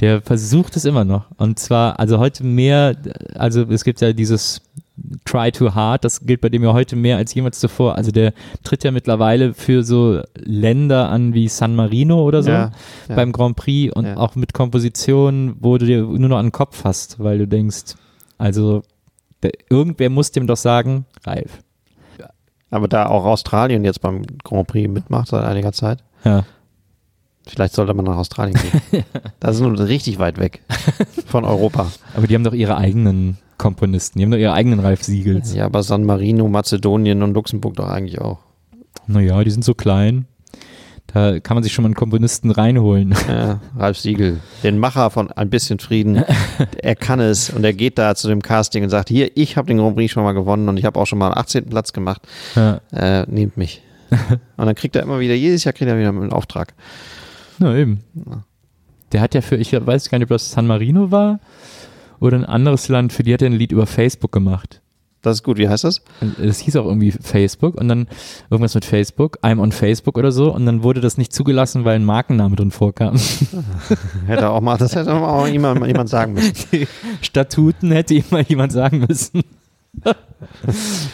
Speaker 2: Der versucht es immer noch. Und zwar, also heute mehr, also es gibt ja dieses Try Too Hard, das gilt bei dem ja heute mehr als jemals zuvor. Also der tritt ja mittlerweile für so Länder an wie San Marino oder so.
Speaker 3: Ja, ja.
Speaker 2: beim Grand Prix und
Speaker 3: Ja.
Speaker 2: auch mit Kompositionen, wo du dir nur noch an den Kopf fasst, weil du denkst, also der, irgendwer muss dem doch sagen, Ralf.
Speaker 3: Aber da auch Australien jetzt beim Grand Prix mitmacht seit einiger Zeit,
Speaker 2: Ja.
Speaker 3: vielleicht sollte man nach Australien gehen. das ist nun richtig weit weg von Europa.
Speaker 2: Aber die haben doch ihre eigenen Komponisten, die haben doch ihre eigenen Ralf Siegels.
Speaker 3: Ja, aber San Marino, Mazedonien und Luxemburg doch eigentlich auch.
Speaker 2: Naja, die sind so klein. Da kann man sich schon mal einen Komponisten reinholen.
Speaker 3: Ja, Ralf Siegel, den Macher von Ein bisschen Frieden, er kann es und er geht da zu dem Casting und sagt, hier, ich habe den Grand Prix schon mal gewonnen und ich habe auch schon mal einen 18. Platz gemacht,
Speaker 2: Ja,
Speaker 3: äh, nehmt mich. Und dann kriegt er immer wieder, jedes Jahr kriegt er wieder einen Auftrag.
Speaker 2: na eben. Der hat ja für, ich weiß gar nicht, ob das San Marino war oder ein anderes Land, für die hat er ein Lied über Facebook gemacht.
Speaker 3: Das ist gut, wie heißt das?
Speaker 2: es hieß auch irgendwie Facebook und dann irgendwas mit Facebook, I'm on Facebook oder so und dann wurde das nicht zugelassen, weil ein Markenname drin vorkam.
Speaker 3: Hätte auch mal, das hätte auch jemand, jemand sagen müssen.
Speaker 2: Die Statuten hätte ihm mal jemand sagen müssen.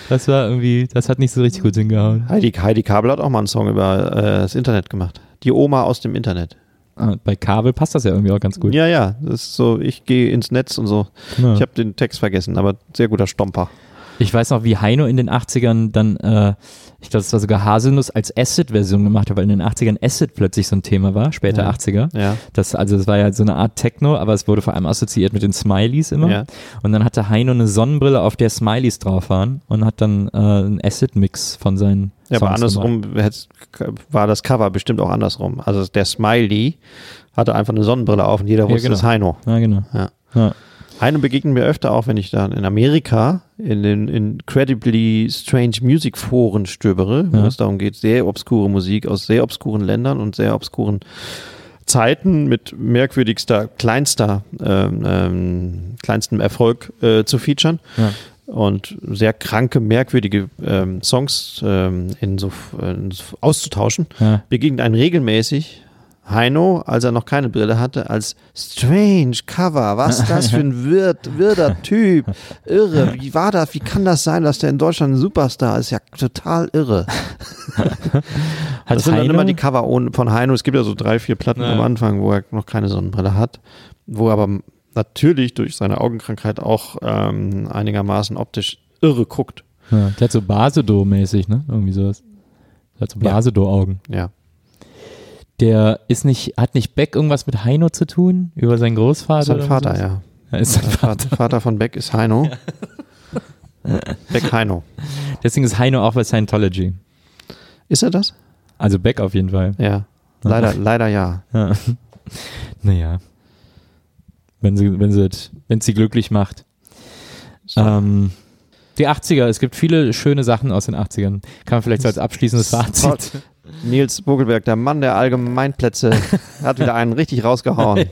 Speaker 2: Das war irgendwie, das hat nicht so richtig gut hingehauen.
Speaker 3: Heidi, Heidi Kabel hat auch mal einen Song über äh, das Internet gemacht. Die Oma aus dem Internet.
Speaker 2: Ah, Bei Kabel passt das ja irgendwie auch ganz gut.
Speaker 3: Ja, ja, das ist so, ich gehe ins Netz und so.
Speaker 2: Ja.
Speaker 3: Ich habe den Text vergessen, aber sehr guter Stomper.
Speaker 2: Ich weiß noch, wie Heino in den 80ern dann, äh, ich glaube, es war sogar Haselnuss als Acid-Version gemacht hat, weil in den 80ern Acid plötzlich so ein Thema war, später
Speaker 3: Ja.
Speaker 2: 80er.
Speaker 3: Ja.
Speaker 2: Das, also es war ja so eine Art Techno, aber es wurde vor allem assoziiert mit den Smileys immer.
Speaker 3: Ja.
Speaker 2: Und dann hatte Heino eine Sonnenbrille, auf der Smileys drauf waren und hat dann äh, einen Acid-Mix von seinen
Speaker 3: Ja, aber
Speaker 2: Songs gemacht.
Speaker 3: andersrum hätt's- war das Cover bestimmt auch andersrum. Also der Smiley hatte einfach eine Sonnenbrille auf und jeder wusste,
Speaker 2: genau.
Speaker 3: das ist Heino.
Speaker 2: Ja, genau.
Speaker 3: Ja.
Speaker 2: Ja.
Speaker 3: Heino begegnet mir öfter auch, wenn ich dann in Amerika in den incredibly strange Music Foren stöbere, wo
Speaker 2: Ja.
Speaker 3: es darum geht, sehr obskure Musik aus sehr obskuren Ländern und sehr obskuren Zeiten mit merkwürdigster, kleinster, ähm, ähm, kleinstem Erfolg äh, zu featuren
Speaker 2: Ja.
Speaker 3: und sehr kranke, merkwürdige ähm, Songs ähm, in so, in so auszutauschen,
Speaker 2: Ja.
Speaker 3: begegnet einen regelmäßig Heino, als er noch keine Brille hatte, als strange Cover. Was das für ein wird, wirder Typ. Irre. Wie war das? Wie kann das sein, dass der in Deutschland ein Superstar ist? Ja, total irre.
Speaker 2: Hat
Speaker 3: das sind dann
Speaker 2: Heino-
Speaker 3: immer die Cover ohne- von Heino. Es gibt ja so drei, vier Platten
Speaker 2: Ja.
Speaker 3: am Anfang, wo er noch keine Sonnenbrille hat, wo er aber natürlich durch seine Augenkrankheit auch ähm, einigermaßen optisch irre guckt.
Speaker 2: ja. Der hat so Basedo-mäßig, ne? Irgendwie sowas. Der hat so Basedo-Augen.
Speaker 3: Ja.
Speaker 2: Der ist nicht, hat nicht Beck irgendwas mit Heino zu tun? Über seinen Großvater?
Speaker 3: Sein
Speaker 2: oder
Speaker 3: Vater,
Speaker 2: sowas?
Speaker 3: ja.
Speaker 2: ja. Ist sein Vater.
Speaker 3: Vater, Vater von Beck ist Heino. Beck Heino.
Speaker 2: Deswegen ist Heino auch bei Scientology.
Speaker 3: Ist er das?
Speaker 2: Also Beck auf jeden Fall.
Speaker 3: Ja. Leider, leider ja.
Speaker 2: Ja. Naja. Wenn sie, wenn sie, wenn sie glücklich macht.
Speaker 3: So.
Speaker 2: Ähm, die 80er, es gibt viele schöne Sachen aus den 80ern. Kann man vielleicht so als abschließendes Fazit.
Speaker 3: Nils Bogelberg, der Mann der Allgemeinplätze, hat wieder einen richtig rausgehauen.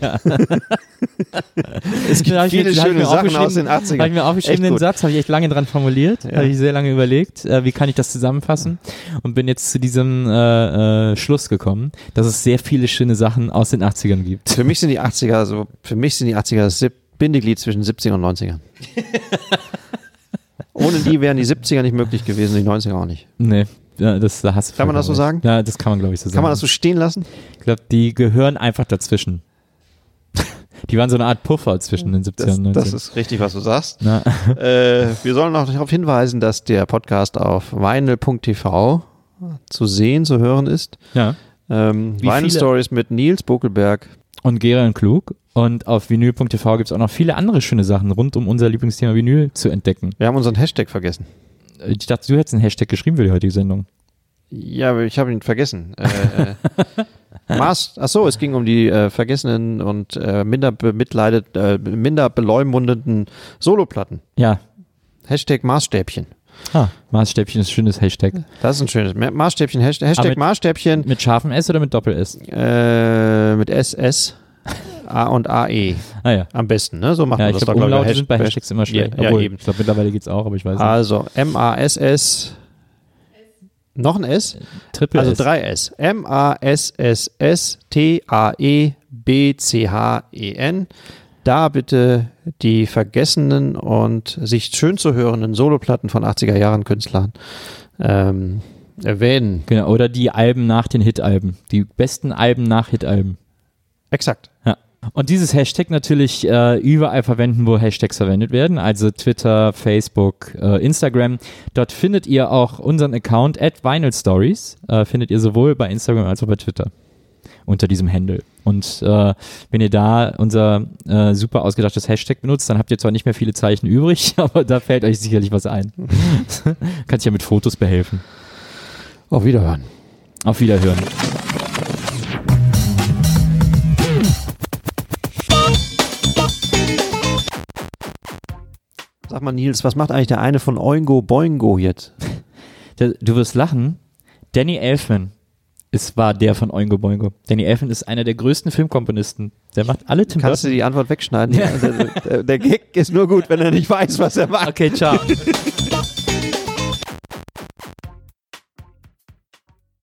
Speaker 2: Es
Speaker 3: gibt viele schöne Sachen aus den 80ern.
Speaker 2: Habe ich mir aufgeschrieben,
Speaker 3: Echt
Speaker 2: den
Speaker 3: gut.
Speaker 2: Satz habe ich echt lange dran formuliert, habe ich sehr lange überlegt, äh, wie kann ich das zusammenfassen und bin jetzt zu diesem äh, äh, Schluss gekommen, dass es sehr viele schöne Sachen aus den 80ern gibt.
Speaker 3: Für mich sind die 80er, also für mich sind die 80er das Sieb- Bindeglied zwischen 70ern und 90ern. Ohne die wären die 70er nicht möglich gewesen, die 90er auch nicht.
Speaker 2: Nee, ja, das da hast du
Speaker 3: Kann man das so
Speaker 2: vollkommen recht.
Speaker 3: sagen?
Speaker 2: Ja, das kann man glaube ich so sagen.
Speaker 3: Kann man das so stehen lassen?
Speaker 2: Ich glaube, die gehören einfach dazwischen. Die waren so eine Art Puffer zwischen den 70
Speaker 3: Das,
Speaker 2: und 90
Speaker 3: das ist richtig, was du sagst.
Speaker 2: Na,
Speaker 3: äh, wir sollen noch darauf hinweisen, dass der Podcast auf weinel.tv zu sehen, zu hören ist.
Speaker 2: ja.
Speaker 3: Ähm,
Speaker 2: Wie
Speaker 3: Vinyl
Speaker 2: viele?
Speaker 3: Stories mit Nils Buckelberg.
Speaker 2: und Gerion Klug. Und auf vinyl.tv gibt es auch noch viele andere schöne Sachen rund um unser Lieblingsthema Vinyl zu entdecken.
Speaker 3: Wir haben unseren Hashtag vergessen.
Speaker 2: Ich dachte, du hättest einen Hashtag geschrieben für die heutige Sendung.
Speaker 3: Ja, aber ich habe ihn vergessen. Äh, äh, Maß, ach so, es ging um die äh, vergessenen und äh, minder bemitleidet, äh, minder beleumundenden Soloplatten.
Speaker 2: Ja,
Speaker 3: Hashtag Maßstäbchen.
Speaker 2: ah, Maßstäbchen ist ein schönes Hashtag.
Speaker 3: Das ist ein schönes Ma- Maßstäbchen. Hashtag,
Speaker 2: Aber
Speaker 3: Hashtag
Speaker 2: mit-
Speaker 3: Maßstäbchen
Speaker 2: Mit scharfem S oder mit Doppel-S?
Speaker 3: äh, mit SS, A und AE.
Speaker 2: Ah ja.
Speaker 3: Am besten, ne? So macht
Speaker 2: Ja,
Speaker 3: man
Speaker 2: ich
Speaker 3: das
Speaker 2: glaube,
Speaker 3: doch, glaub
Speaker 2: Umlaute sind bei Hashtags immer schlecht.
Speaker 3: Ja, ja,
Speaker 2: Obwohl,
Speaker 3: eben.
Speaker 2: ich glaube, mittlerweile geht's auch, aber ich weiß nicht.
Speaker 3: Also M-A-S-S. Noch ein S?
Speaker 2: Triple
Speaker 3: Also
Speaker 2: S.
Speaker 3: drei S. E, M-A-S-S-S-T-A-E-B-C-H-E-N. E, Da bitte die vergessenen und sich schön zu hörenden Soloplatten von 80er Jahren Künstlern ähm, erwähnen.
Speaker 2: Genau, oder die Alben nach den Hit-Alben. Die besten Alben nach Hit-Alben.
Speaker 3: Exakt.
Speaker 2: Ja. Und dieses Hashtag natürlich äh, überall verwenden, wo Hashtags verwendet werden, also Twitter, Facebook, äh, Instagram. Dort findet ihr auch unseren Account at Vinyl Stories, äh, findet ihr sowohl bei Instagram als auch bei Twitter unter diesem Handle. Und äh, wenn ihr da unser äh, super ausgedachtes Hashtag benutzt, dann habt ihr zwar nicht mehr viele Zeichen übrig, aber da fällt euch sicherlich was ein. Kannst ja mit Fotos behelfen.
Speaker 3: Auf Wiederhören.
Speaker 2: Auf Wiederhören.
Speaker 3: Sag mal, Nils, was macht eigentlich der eine von Oingo Boingo jetzt?
Speaker 2: Der, du wirst lachen. Danny Elfman ist, war der von Oingo Boingo. Danny Elfman ist einer der größten Filmkomponisten. Der macht alle Tim
Speaker 3: Kannst du
Speaker 2: Burton.
Speaker 3: die Antwort wegschneiden? Der, der, der Gag ist nur gut, wenn er nicht weiß, was er macht.
Speaker 2: Okay, ciao.